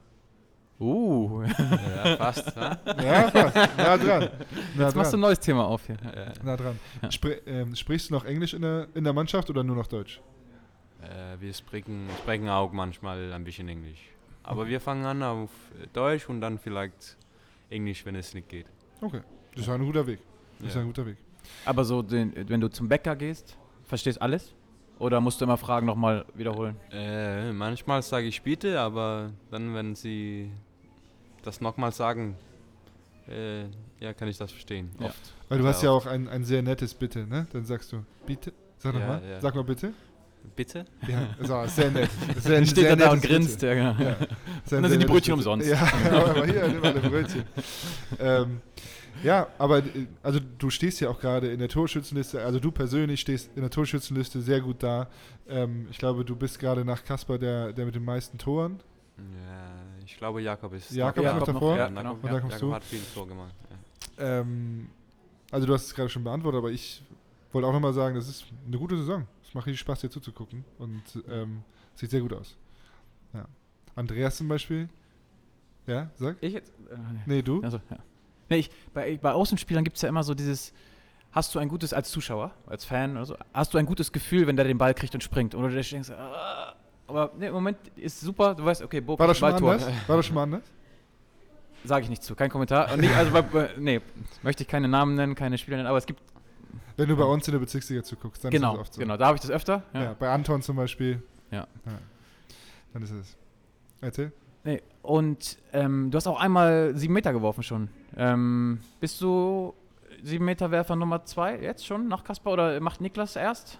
Speaker 3: Uh, jetzt
Speaker 6: Ja, fast. ne?
Speaker 2: Ja, fast. nah dran. Nah
Speaker 3: machst du ein
Speaker 2: dran.
Speaker 3: neues Thema auf hier.
Speaker 2: Nah dran. Spre ähm, sprichst du noch Englisch in der, in der Mannschaft oder nur noch Deutsch?
Speaker 6: Äh, wir sprechen, sprechen auch manchmal ein bisschen Englisch. Aber wir fangen an auf Deutsch und dann vielleicht Englisch, wenn es nicht geht.
Speaker 2: Okay. Das ist ja ein guter Weg. Das ist ja
Speaker 6: Ja.
Speaker 2: ein guter Weg.
Speaker 3: Aber so, den, wenn du zum Bäcker gehst, verstehst alles? Oder musst du immer Fragen nochmal wiederholen?
Speaker 6: Äh, manchmal sage ich bitte, aber dann, wenn sie das nochmal sagen, äh, ja, kann ich das verstehen.
Speaker 3: Ja.
Speaker 6: Oft.
Speaker 2: Weil du
Speaker 6: Ja.
Speaker 2: hast ja auch ein, ein sehr nettes Bitte, ne? Dann sagst du, bitte. Sag
Speaker 6: Ja,
Speaker 2: nochmal.
Speaker 6: ja.
Speaker 2: Sag mal bitte.
Speaker 6: Bitte?
Speaker 2: Ja, so, sehr nett. Sehr,
Speaker 3: Dann steht
Speaker 2: sehr
Speaker 3: er da und
Speaker 2: nettes Bitte.
Speaker 3: grinst. Ja, genau.
Speaker 2: Ja.
Speaker 3: Und dann sind die Brötchen umsonst.
Speaker 2: Ja, aber hier, nimm mal eine Brötchen. ähm, ja, aber äh, also du stehst ja auch gerade in der Torschützenliste, also du persönlich stehst in der Torschützenliste sehr gut da. Ähm, ich glaube, du bist gerade nach Kasper der, der mit den meisten Toren.
Speaker 6: Ja, ich glaube, Jakob ist.
Speaker 2: Jakob
Speaker 3: Ja,
Speaker 2: noch
Speaker 3: Jakob noch,
Speaker 2: davor.
Speaker 3: ja.
Speaker 6: Jakob,
Speaker 3: genau.
Speaker 6: Jakob,
Speaker 2: Und dann kommst du.
Speaker 6: hat viel Tor gemacht. Ja.
Speaker 2: Ähm, also du hast es gerade schon beantwortet, aber ich wollte auch nochmal sagen, das ist eine gute Saison. Es macht richtig Spaß, dir zuzugucken und ähm, sieht sehr gut aus. Ja. Andreas zum Beispiel. Ja, sag?
Speaker 3: Ich jetzt? Äh,
Speaker 2: Nee, du?
Speaker 3: Also, ja. nee, ich, bei, bei Außenspielern gibt es ja immer so dieses, hast du ein gutes, als Zuschauer, als Fan oder so, hast du ein gutes Gefühl, wenn der den Ball kriegt und springt? Oder du denkst, ah, aber nee, im Moment ist super, du weißt, okay, Bob,
Speaker 2: War das schon mal
Speaker 3: Balltor.
Speaker 2: anders? War das schon mal anders?
Speaker 3: Sage ich nicht zu, kein Kommentar. Und nicht, also bei, bei, nee, möchte ich keine Namen nennen, keine Spieler nennen, aber es gibt,
Speaker 2: Wenn du bei uns in der Bezirksliga zuguckst, dann ist
Speaker 3: genau,
Speaker 2: das oft so.
Speaker 3: genau, da habe ich das öfter.
Speaker 2: Ja. bei Anton zum Beispiel.
Speaker 3: Ja.
Speaker 2: Dann ist es. Erzähl.
Speaker 3: Nee, und ähm, du hast auch einmal sieben Meter geworfen schon. Ähm, bist du sieben Meter Werfer Nummer zwei jetzt schon nach Kasper oder macht Niklas erst?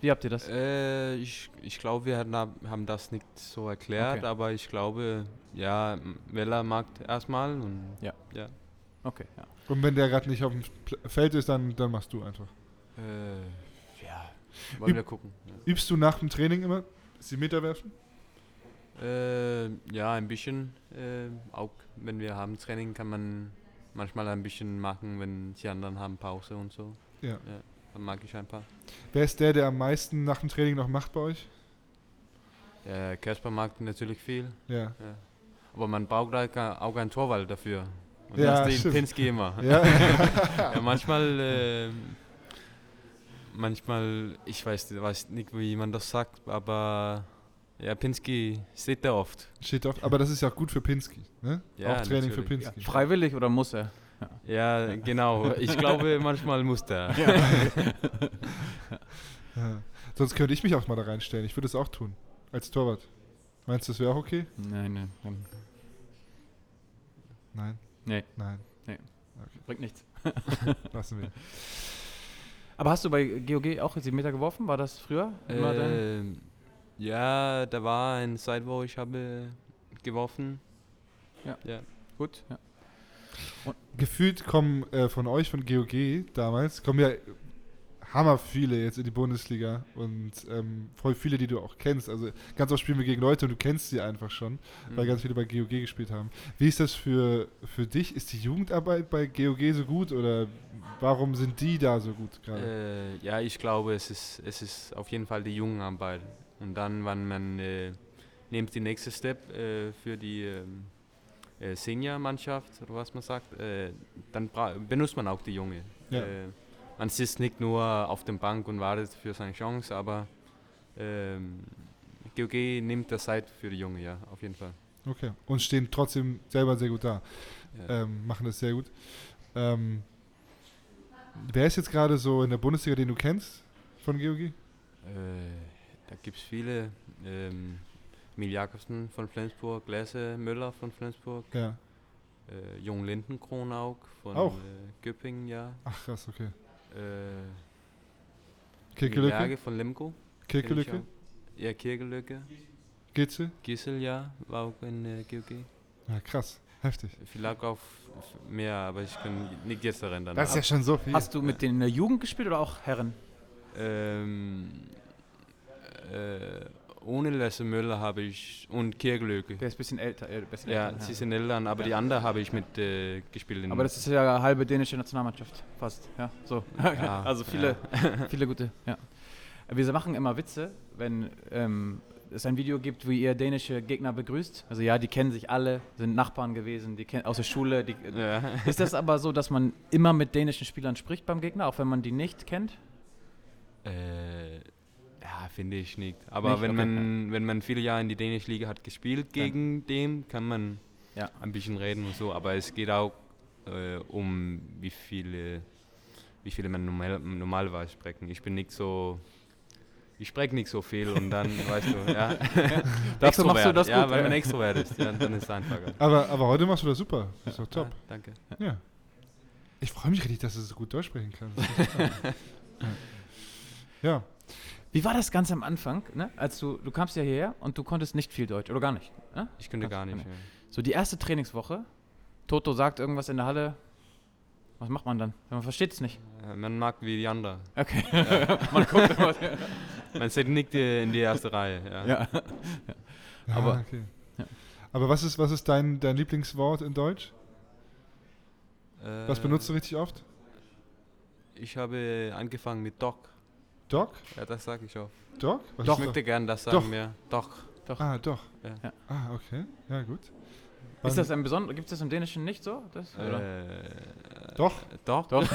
Speaker 3: Wie habt ihr das?
Speaker 6: Äh, ich ich glaube, wir hatten, ab- haben das nicht so erklärt,
Speaker 3: Okay.
Speaker 6: aber ich glaube, ja, M- Weller mag erstmal und
Speaker 3: Ja.
Speaker 6: ja.
Speaker 3: Okay, ja.
Speaker 2: Und wenn der gerade nicht auf dem Pl- Feld ist, dann, dann machst du einfach.
Speaker 6: Äh, ja, wollen
Speaker 2: Üb-
Speaker 6: wir gucken. Ja.
Speaker 2: Übst du nach dem Training immer? Sie Meter werfen?
Speaker 6: Äh, ja, ein bisschen. Äh, auch wenn wir haben Training, kann man manchmal ein bisschen machen, wenn die anderen haben Pause und so.
Speaker 2: Ja.
Speaker 6: Dann mag ich ein paar.
Speaker 2: Wer ist der, der am meisten nach dem Training noch macht bei euch?
Speaker 6: Äh, Kasper mag natürlich viel,
Speaker 2: Ja.
Speaker 6: aber man braucht halt ka- auch einen Torwald dafür. Und
Speaker 2: Ja,
Speaker 6: das ist
Speaker 2: stimmt.
Speaker 6: Pinsky immer.
Speaker 2: Ja,
Speaker 6: Ja, manchmal, äh, manchmal, ich weiß, weiß nicht, wie man das sagt, aber ja, Pinsky steht da oft.
Speaker 2: steht auf. Aber das ist ja auch gut für Pinsky. Ne?
Speaker 6: Ja,
Speaker 2: auch Training für
Speaker 6: natürlich.
Speaker 2: Pinsky.
Speaker 3: Freiwillig oder muss er?
Speaker 6: Ja, genau. Ich glaube, manchmal muss der.
Speaker 2: Ja. Sonst könnte ich mich auch mal da reinstellen. Ich würde es auch tun. Als Torwart. Meinst du, das wäre auch okay?
Speaker 3: Nein, nein, nein.
Speaker 2: Nein.
Speaker 3: Nee.
Speaker 2: Nein,
Speaker 3: Bringt nichts.
Speaker 2: lassen wir.
Speaker 3: Aber hast du bei GOG auch sieben Meter geworfen? War das früher? immer dein-
Speaker 6: Ähm, ja, da war eine Zeit, wo ich habe geworfen.
Speaker 3: Gut. Ja.
Speaker 2: gefühlt kommen äh, von euch, von GOG damals, kommen ja hammer viele jetzt in die Bundesliga und ähm, voll viele, die du auch kennst. Also ganz oft spielen wir gegen Leute und du kennst sie einfach schon,
Speaker 6: Mhm.
Speaker 2: weil ganz viele bei GOG gespielt haben. Wie ist das für, für dich? Ist die Jugendarbeit bei GOG so gut oder warum sind die da so gut gerade?
Speaker 6: Äh, ja, ich glaube, es ist, es ist auf jeden Fall die Jungenarbeit. Und dann, wenn man äh, nimmt den nächsten Step äh, für die ähm, äh, Senior-Mannschaft, oder was man sagt, äh, dann bra- benutzt man auch die Junge.
Speaker 2: Ja.
Speaker 6: Äh, man sitzt nicht nur auf dem Bank und wartet für seine Chance, aber ähm, GOG nimmt das Zeit für die Junge, ja, auf jeden Fall.
Speaker 2: Okay. Und stehen trotzdem selber sehr gut da.
Speaker 6: Ja.
Speaker 2: ähm, machen das sehr gut. Ähm, wer ist jetzt gerade so in der Bundesliga, den du kennst von GOG?
Speaker 6: Äh, da gibt es viele. Ähm, Emil Jakobsen von Flensburg, Lasse Müller von Flensburg,
Speaker 2: Ja.
Speaker 6: äh, Jung Lindenkronaug von
Speaker 2: Auch?
Speaker 6: Äh, Göppingen, ja.
Speaker 2: Ach krass, okay.
Speaker 6: Äh,
Speaker 2: Kirkelücke?
Speaker 6: Lage von Lemgo. kenn ich
Speaker 2: Kirkelücke?
Speaker 6: auch. Ja, Kirkelücke.
Speaker 2: Gitze?
Speaker 6: Gissel, ja, war auch in äh, GOG.
Speaker 2: Ja, Ah, krass. Heftig.
Speaker 6: Vielleicht auch f- mehr, aber ich kann nicht jetzt daran dann.
Speaker 2: Das ist ja schon so viel.
Speaker 3: Hast du mit denen in der Jugend gespielt oder auch Herren?
Speaker 6: Ähm, äh, ohne Lasse Müller habe ich und Kirkelücke.
Speaker 3: Der ist ein bisschen älter. Äh, bisschen
Speaker 6: Ja,
Speaker 3: älter
Speaker 6: sie sind Eltern, aber die andere habe ich mit äh, gespielt. In
Speaker 3: Aber das ist ja halbe dänische Nationalmannschaft fast. Ja, so.
Speaker 6: Ja,
Speaker 3: also viele, viele gute. Ja. Wir machen immer Witze, wenn ähm, es ein Video gibt, wie ihr dänische Gegner begrüßt. Also ja, die kennen sich alle, sind Nachbarn gewesen, die kennen aus der Schule. Die,
Speaker 6: ja.
Speaker 3: Ist das aber so, dass man immer mit dänischen Spielern spricht beim Gegner, auch wenn man die nicht kennt?
Speaker 6: Äh, ja, finde ich nicht. Aber
Speaker 3: Nicht?
Speaker 6: wenn
Speaker 3: Okay.
Speaker 6: man wenn man viele Jahre in die dänische Liga hat gespielt gegen dem, kann man
Speaker 3: Ja.
Speaker 6: ein bisschen reden und so. Aber es geht auch äh, um wie viele wie viele man normal, normalerweise sprechen. Ich bin nicht so ich spreche nicht so viel und dann, weißt du, ja.
Speaker 3: Dafür machst du
Speaker 6: Extrovert,
Speaker 3: das
Speaker 6: Ja,
Speaker 3: gut,
Speaker 6: weil
Speaker 3: ja.
Speaker 6: man extrovert ist, ja, dann ist es einfacher.
Speaker 2: Aber, aber heute machst du das super. Das ist doch top.
Speaker 6: Ja, danke.
Speaker 2: Ja. Ich freue mich richtig, dass du so gut Deutsch sprechen kannst. ja.
Speaker 3: Wie war das ganz am Anfang, ne? als du, du kamst ja hierher und du konntest nicht viel Deutsch oder gar nicht? Ne?
Speaker 6: Ich könnte
Speaker 3: Kannst
Speaker 6: gar
Speaker 3: du-
Speaker 6: nicht. Ja.
Speaker 3: So die erste Trainingswoche, Toto sagt irgendwas in der Halle. Was macht man dann? Man versteht es nicht.
Speaker 6: Äh, Man mag wie die anderen.
Speaker 3: Okay. man guckt immer.
Speaker 6: Man sieht nicht die, in die erste Reihe. Ja.
Speaker 3: ja.
Speaker 2: ja
Speaker 3: Aber-
Speaker 2: okay.
Speaker 3: Ja.
Speaker 2: Aber was ist, was ist dein, dein Lieblingswort in Deutsch? Was
Speaker 6: Äh,
Speaker 2: benutzt du richtig oft?
Speaker 6: Ich habe angefangen mit Doc.
Speaker 2: Doc?
Speaker 6: Ja, das sage ich auch.
Speaker 2: Doc? Was
Speaker 6: Ich
Speaker 2: ist Doc?
Speaker 6: möchte gerne das
Speaker 2: Doch.
Speaker 6: sagen, ja. Doch.
Speaker 2: Ah, doch.
Speaker 6: Ja.
Speaker 3: Ja.
Speaker 2: Ah, okay. Ja, gut.
Speaker 3: Ist das ein besonderes? Gibt es das im Dänischen nicht so? Das, oder?
Speaker 6: Äh,
Speaker 2: Doch.
Speaker 6: Doch.
Speaker 3: Doch.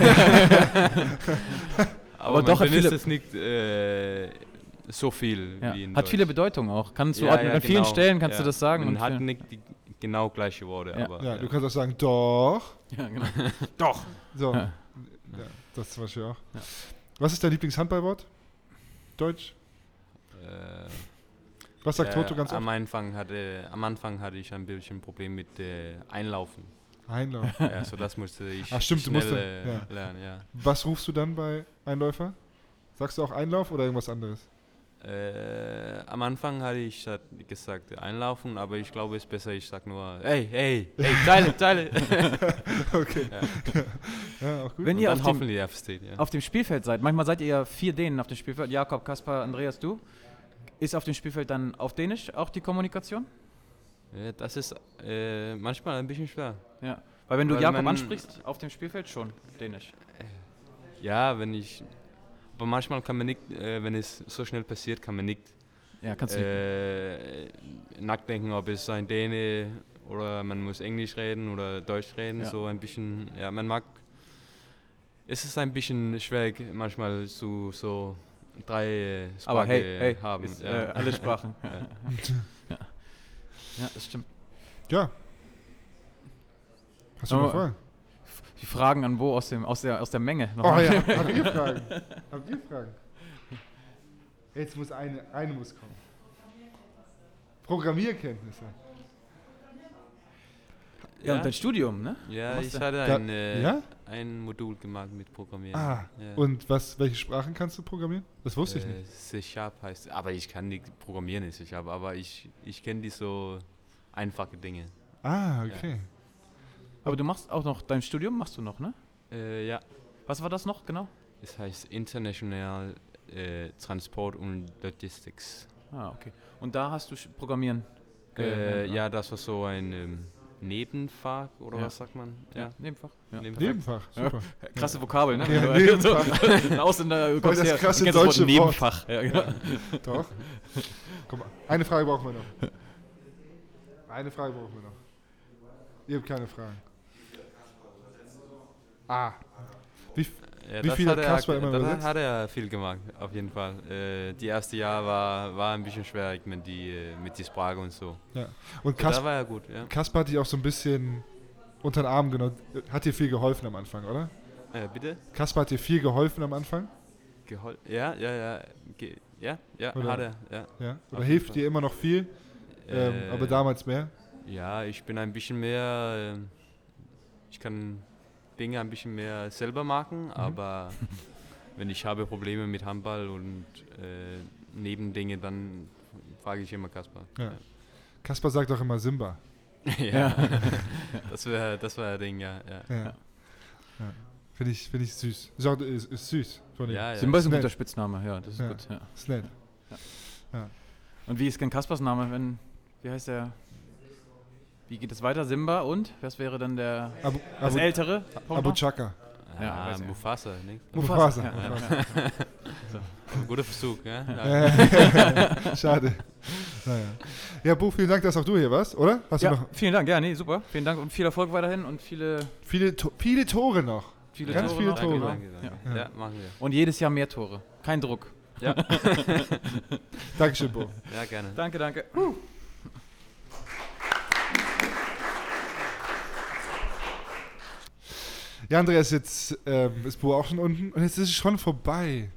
Speaker 6: Aber,
Speaker 3: doch
Speaker 6: doch
Speaker 3: hat
Speaker 6: man benutzt
Speaker 3: viele-
Speaker 6: es nicht äh, so viel
Speaker 3: ja.
Speaker 6: wie in
Speaker 3: Hat viele
Speaker 6: Deutsch.
Speaker 3: Bedeutungen auch. Kannst du
Speaker 6: Ja,
Speaker 3: an,
Speaker 6: ja,
Speaker 3: an vielen
Speaker 6: genau.
Speaker 3: Stellen kannst
Speaker 6: Ja.
Speaker 3: du das sagen.
Speaker 6: Man
Speaker 3: und
Speaker 6: hat
Speaker 3: viel-
Speaker 6: nicht die genau gleiche Worte,
Speaker 3: Ja.
Speaker 6: aber äh,
Speaker 2: Ja, du kannst auch sagen, doch.
Speaker 3: ja, genau.
Speaker 2: Doch. So.
Speaker 3: Ja.
Speaker 2: Ja. das zum Beispiel auch. Was ist dein Lieblingshandballwort? Deutsch?
Speaker 6: äh,
Speaker 2: Was sagt Toto
Speaker 6: äh,
Speaker 2: ganz oft?
Speaker 6: am, Anfang hatte, am Anfang hatte ich ein bisschen Problem mit äh, Einlaufen.
Speaker 2: Einlauf.
Speaker 6: ja, so das musste ich
Speaker 2: Ach, stimmt, du
Speaker 6: schnell
Speaker 2: musst dann-
Speaker 6: äh,
Speaker 2: ja.
Speaker 6: lernen, ja.
Speaker 2: Was rufst du dann bei Einläufer? Sagst du auch Einlauf oder irgendwas anderes?
Speaker 6: Äh, am Anfang hatte ich statt- gesagt einlaufen, aber ich glaube, es ist besser, ich sag nur, ey, ey, ey, teile, teile.
Speaker 2: Okay. Ja, auch gut.
Speaker 3: Wenn
Speaker 6: Und
Speaker 3: ihr
Speaker 6: dann
Speaker 3: auf dem,
Speaker 6: hoffentlich er versteht, ja.
Speaker 3: auf dem Spielfeld seid, manchmal seid ihr ja vier Dänen auf dem Spielfeld, Jakob, Kaspar, Andreas, du. Ist auf dem Spielfeld dann auf Dänisch auch die Kommunikation?
Speaker 6: Äh, Das ist äh, manchmal ein bisschen schwer.
Speaker 3: Ja. Weil wenn du
Speaker 6: Weil
Speaker 3: Jakob
Speaker 6: man-
Speaker 3: ansprichst, auf dem Spielfeld schon Dänisch.
Speaker 6: Ja, wenn ich, aber manchmal kann man nicht, äh, wenn es so schnell passiert, kann man nicht
Speaker 3: Ja, kannst du nicht.
Speaker 6: äh, nachdenken, ob es ein Däne oder man muss Englisch reden oder Deutsch reden,
Speaker 3: Ja.
Speaker 6: so ein bisschen, ja, man mag, es ist ein bisschen schwierig manchmal zu so drei äh,
Speaker 3: Aber hey,
Speaker 6: Sprache
Speaker 3: hey,
Speaker 6: haben.
Speaker 3: ist,
Speaker 6: ja.
Speaker 3: äh, alle Sprachen. ja. ja, das stimmt.
Speaker 2: Ja. Hast du
Speaker 3: Aber-
Speaker 2: noch Fragen?
Speaker 3: Die Fragen an Bo aus, dem, aus, der, aus der Menge. ne?
Speaker 2: Oh
Speaker 3: nochmal.
Speaker 2: ja, habt ihr Fragen? Habt ihr Fragen? Jetzt muss eine, eine muss kommen. Programmierkenntnisse.
Speaker 3: Ja, und
Speaker 6: ja,
Speaker 3: dein Studium, ne?
Speaker 6: ja ich
Speaker 3: machst du-
Speaker 6: hatte
Speaker 2: Da-
Speaker 6: ein, äh,
Speaker 2: ja?
Speaker 6: ein Modul gemacht mit Programmieren.
Speaker 2: Ah,
Speaker 6: ja.
Speaker 2: Und was, welche Sprachen kannst du programmieren? Das wusste ich
Speaker 6: Äh,
Speaker 2: nicht.
Speaker 6: C-Sharp heißt, aber ich kann nicht programmieren in C-Sharp, aber ich, ich kenne die so einfache Dinge.
Speaker 2: Ah, okay.
Speaker 3: Aber du machst auch noch, dein Studium machst du noch, ne?
Speaker 6: Äh, ja,
Speaker 3: Was war das noch, genau?
Speaker 6: es heißt International äh, Transport und Logistics.
Speaker 3: Ah, okay. Und da hast du Sch- Programmieren.
Speaker 2: Genau.
Speaker 6: Äh,
Speaker 3: gelernt, ne?
Speaker 6: ja, das war so ein ähm, Nebenfach oder
Speaker 3: Ja.
Speaker 6: was sagt man?
Speaker 3: ja. Nebenfach. Ja.
Speaker 6: Nebenfach.
Speaker 2: Nebenfach, super.
Speaker 3: Krasse Vokabel, ne?
Speaker 2: Ja,
Speaker 3: Aber-
Speaker 2: Nebenfach. Oh,
Speaker 3: Aus in der
Speaker 2: das krasse deutsche Wort.
Speaker 3: Nebenfach. Ja, genau.
Speaker 2: Doch. Komm, eine Frage brauchen wir noch. Eine Frage brauchen wir noch. Ihr habt keine Fragen. Ah. Wie, f-
Speaker 6: Ja,
Speaker 2: Wie
Speaker 6: Äh, das
Speaker 2: viel
Speaker 6: hat
Speaker 2: hat
Speaker 6: er,
Speaker 2: Kasper immer
Speaker 6: das
Speaker 2: übersetzt?
Speaker 6: hat er viel gemacht, auf jeden Fall. Äh, die erste Jahr war, war ein bisschen schwierig mit die, äh, mit die Sprache und so.
Speaker 2: und
Speaker 6: Da
Speaker 2: Kas
Speaker 6: war er gut, ja.
Speaker 2: Kasper hat dich auch so ein bisschen unter den Arm genommen. Hat dir viel geholfen am Anfang, oder?
Speaker 6: Äh, bitte?
Speaker 2: Kasper hat dir viel geholfen am Anfang.
Speaker 6: Gehol ja, ja, ja. Ge Ja, ja,
Speaker 2: Oder-
Speaker 6: hat er. Ja.
Speaker 2: Ja? Oder
Speaker 6: jeden
Speaker 2: hilft
Speaker 6: Fall.
Speaker 2: dir immer noch viel, ähm,
Speaker 6: Äh,
Speaker 2: aber damals mehr?
Speaker 6: Ja, ich bin ein bisschen mehr. ähm, Ich kann Dinge ein bisschen mehr selber machen, aber wenn ich habe Probleme mit Handball und äh, Nebendinge, dann frage ich immer Kaspar.
Speaker 2: Ja. Kaspar sagt auch immer Simba.
Speaker 6: ja. ja. das wäre das wär Ding, ja. ja.
Speaker 2: Ja. Ja. Finde ich, find ich süß. Ist, auch, ist, ist süß von ihm.
Speaker 6: Ja, ja.
Speaker 3: Simba ist ein
Speaker 2: Nett.
Speaker 3: guter Spitzname, ja, das ist
Speaker 2: Ja.
Speaker 3: gut. Ja.
Speaker 2: Ist nett.
Speaker 3: Und wie ist denn Kaspers Name, wenn, wie heißt der? Wie geht es weiter? Simba und? Was wäre dann der,
Speaker 2: Abu,
Speaker 3: das
Speaker 2: Abu,
Speaker 3: ältere?
Speaker 2: Abu Chaka.
Speaker 3: Ja,
Speaker 6: Ah,
Speaker 3: weiß ich.
Speaker 6: Mufasa, ne?
Speaker 2: Mufasa. Also
Speaker 3: Ja, ja.
Speaker 6: Guter Versuch, ja.
Speaker 2: Äh, Schade. Naja. Ja, Buch, vielen Dank, dass auch du hier warst, oder? Hast du
Speaker 3: ja,
Speaker 2: noch
Speaker 3: vielen Dank, ja, nee, super. Vielen Dank und viel Erfolg weiterhin und viele,
Speaker 2: viele, To- viele Tore noch?
Speaker 3: viele
Speaker 2: Ganz
Speaker 3: Tore.
Speaker 2: viele
Speaker 3: noch.
Speaker 2: Tore.
Speaker 6: Danke,
Speaker 3: Genau.
Speaker 6: danke, danke. Ja.
Speaker 2: Ja.
Speaker 6: machen wir.
Speaker 3: Und jedes Jahr mehr Tore. Kein Druck.
Speaker 2: Dankeschön, Bo.
Speaker 6: Ja, gerne.
Speaker 3: Danke, danke.
Speaker 2: Ja, Andreas, jetzt ähm, ist Bo auch schon unten und jetzt ist es schon vorbei.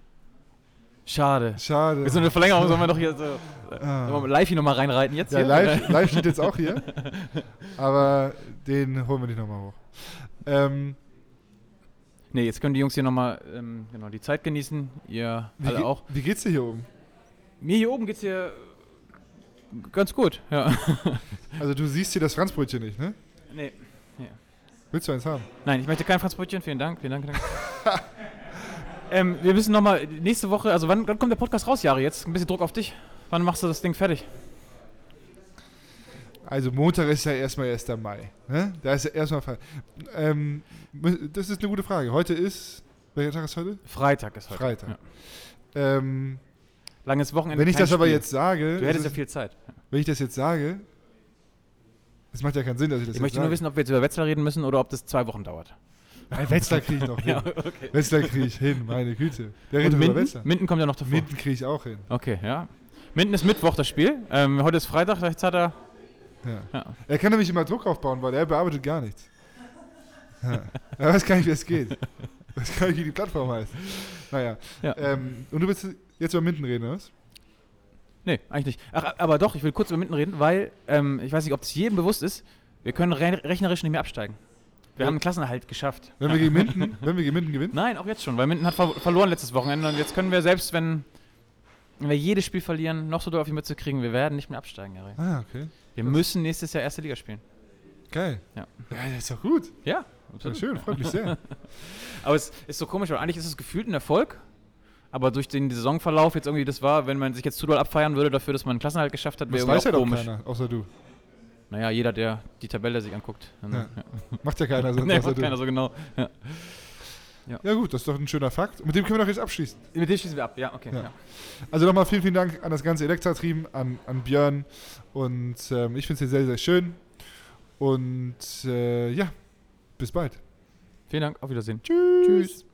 Speaker 3: Schade.
Speaker 2: Schade.
Speaker 3: So eine Verlängerung sollen wir doch hier so
Speaker 2: Ah.
Speaker 3: sollen wir live hier nochmal reinreiten jetzt
Speaker 2: Ja,
Speaker 3: hier?
Speaker 2: live, live steht jetzt auch hier. Aber den holen wir nicht nochmal hoch. Ähm,
Speaker 3: Nee, jetzt können die Jungs hier nochmal ähm, genau, die Zeit genießen. Ihr
Speaker 2: wie,
Speaker 3: alle
Speaker 2: ge-
Speaker 3: auch.
Speaker 2: wie geht's dir hier oben?
Speaker 3: Mir hier oben geht's hier äh, ganz gut. Ja.
Speaker 2: Also du siehst hier das Franzbrötchen nicht, ne?
Speaker 3: nee.
Speaker 2: Willst du eins haben?
Speaker 3: Nein, ich möchte kein Franzbrötchen. Vielen Dank, vielen Dank. Vielen Dank. ähm, wir müssen nochmal nächste Woche, also wann, wann kommt der Podcast raus, Jari? Jetzt ein bisschen Druck auf dich. Wann machst du das Ding fertig?
Speaker 2: Also Montag ist ja erstmal 1. Mai. Ne? Da ist ja erstmal frei. Ähm, mü- das ist eine gute Frage. Heute ist. Welcher Tag ist heute?
Speaker 3: Freitag ist heute.
Speaker 2: Freitag.
Speaker 3: Ja.
Speaker 2: Ähm,
Speaker 3: Langes Wochenende.
Speaker 2: wenn ich
Speaker 3: kein
Speaker 2: das aber
Speaker 3: Spiel.
Speaker 2: jetzt sage,
Speaker 3: Du hättest
Speaker 2: ist
Speaker 3: ja
Speaker 2: es-
Speaker 3: viel Zeit.
Speaker 2: wenn ich das jetzt sage, es macht ja keinen Sinn, dass ich das
Speaker 3: Ich
Speaker 2: jetzt
Speaker 3: möchte
Speaker 2: sage.
Speaker 3: nur wissen, ob wir jetzt über Wetzlar reden müssen oder ob das zwei Wochen dauert.
Speaker 2: Nein, Wetzlar kriege ich noch hin.
Speaker 3: okay.
Speaker 2: Wetzlar kriege ich hin, meine Güte. Der redet doch über
Speaker 3: Und Minden?
Speaker 2: Wetzlar.
Speaker 3: Minden kommt ja noch davor.
Speaker 2: Minden kriege ich auch hin.
Speaker 3: Okay, ja. Minden ist Mittwoch das Spiel. Ähm, heute ist Freitag, vielleicht hat er.
Speaker 2: Ja.
Speaker 3: Ja.
Speaker 2: Er kann nämlich immer Druck aufbauen, weil er bearbeitet gar nichts. Ja. Er weiß gar nicht, wie es geht. weiß gar nicht, wie die Plattform heißt. Naja.
Speaker 3: Ja.
Speaker 2: Ähm, und du willst jetzt über Minden reden, oder was?
Speaker 3: Nee, eigentlich nicht. Ach, aber doch, ich will kurz über Minden reden, weil ähm, ich weiß nicht, ob es jedem bewusst ist, wir können re rechnerisch nicht mehr absteigen. Wir
Speaker 2: Ja.
Speaker 3: haben einen Klassenerhalt geschafft.
Speaker 2: Wenn wir gegen Minden, wenn wir gegen Minden gewinnen?
Speaker 3: Nein, auch jetzt schon, weil Minden hat ver verloren letztes Wochenende und jetzt können wir selbst, wenn, wenn wir jedes Spiel verlieren, noch so doll auf die Mütze kriegen, wir werden nicht mehr absteigen, Harry.
Speaker 2: Ah, okay.
Speaker 3: Wir müssen nächstes Jahr erste Liga spielen.
Speaker 2: Geil.
Speaker 3: Ja.
Speaker 2: das ist doch gut.
Speaker 3: Ja,
Speaker 2: Ist doch schön, freut mich sehr.
Speaker 3: Aber es ist so komisch, weil eigentlich ist es gefühlt ein Erfolg. Aber durch den Saisonverlauf jetzt irgendwie, das war, wenn man sich jetzt zu doll abfeiern würde dafür, dass man einen Klassenhalt geschafft hat, wäre
Speaker 2: Das weiß
Speaker 3: irgendwie
Speaker 2: ja
Speaker 3: auch
Speaker 2: doch
Speaker 3: komisch.
Speaker 2: keiner, außer du.
Speaker 3: Naja, jeder, der die Tabelle sich anguckt. Dann,
Speaker 2: Ja.
Speaker 3: ja.
Speaker 2: Macht ja keiner, sonst
Speaker 3: Nee,
Speaker 2: außer
Speaker 3: macht
Speaker 2: du.
Speaker 3: keiner so genau. Ja.
Speaker 2: Ja gut, das ist doch ein schöner Fakt. Mit dem können wir doch jetzt abschließen.
Speaker 3: Mit dem schließen wir ab, ja, okay.
Speaker 2: Ja.
Speaker 3: Ja.
Speaker 2: Also nochmal vielen, vielen Dank an das ganze Elektra-Team, an, an Björn. Und ähm, ich finde es hier sehr, sehr schön. Und äh, ja, bis bald.
Speaker 3: Vielen Dank, auf Wiedersehen.
Speaker 2: Tschüss.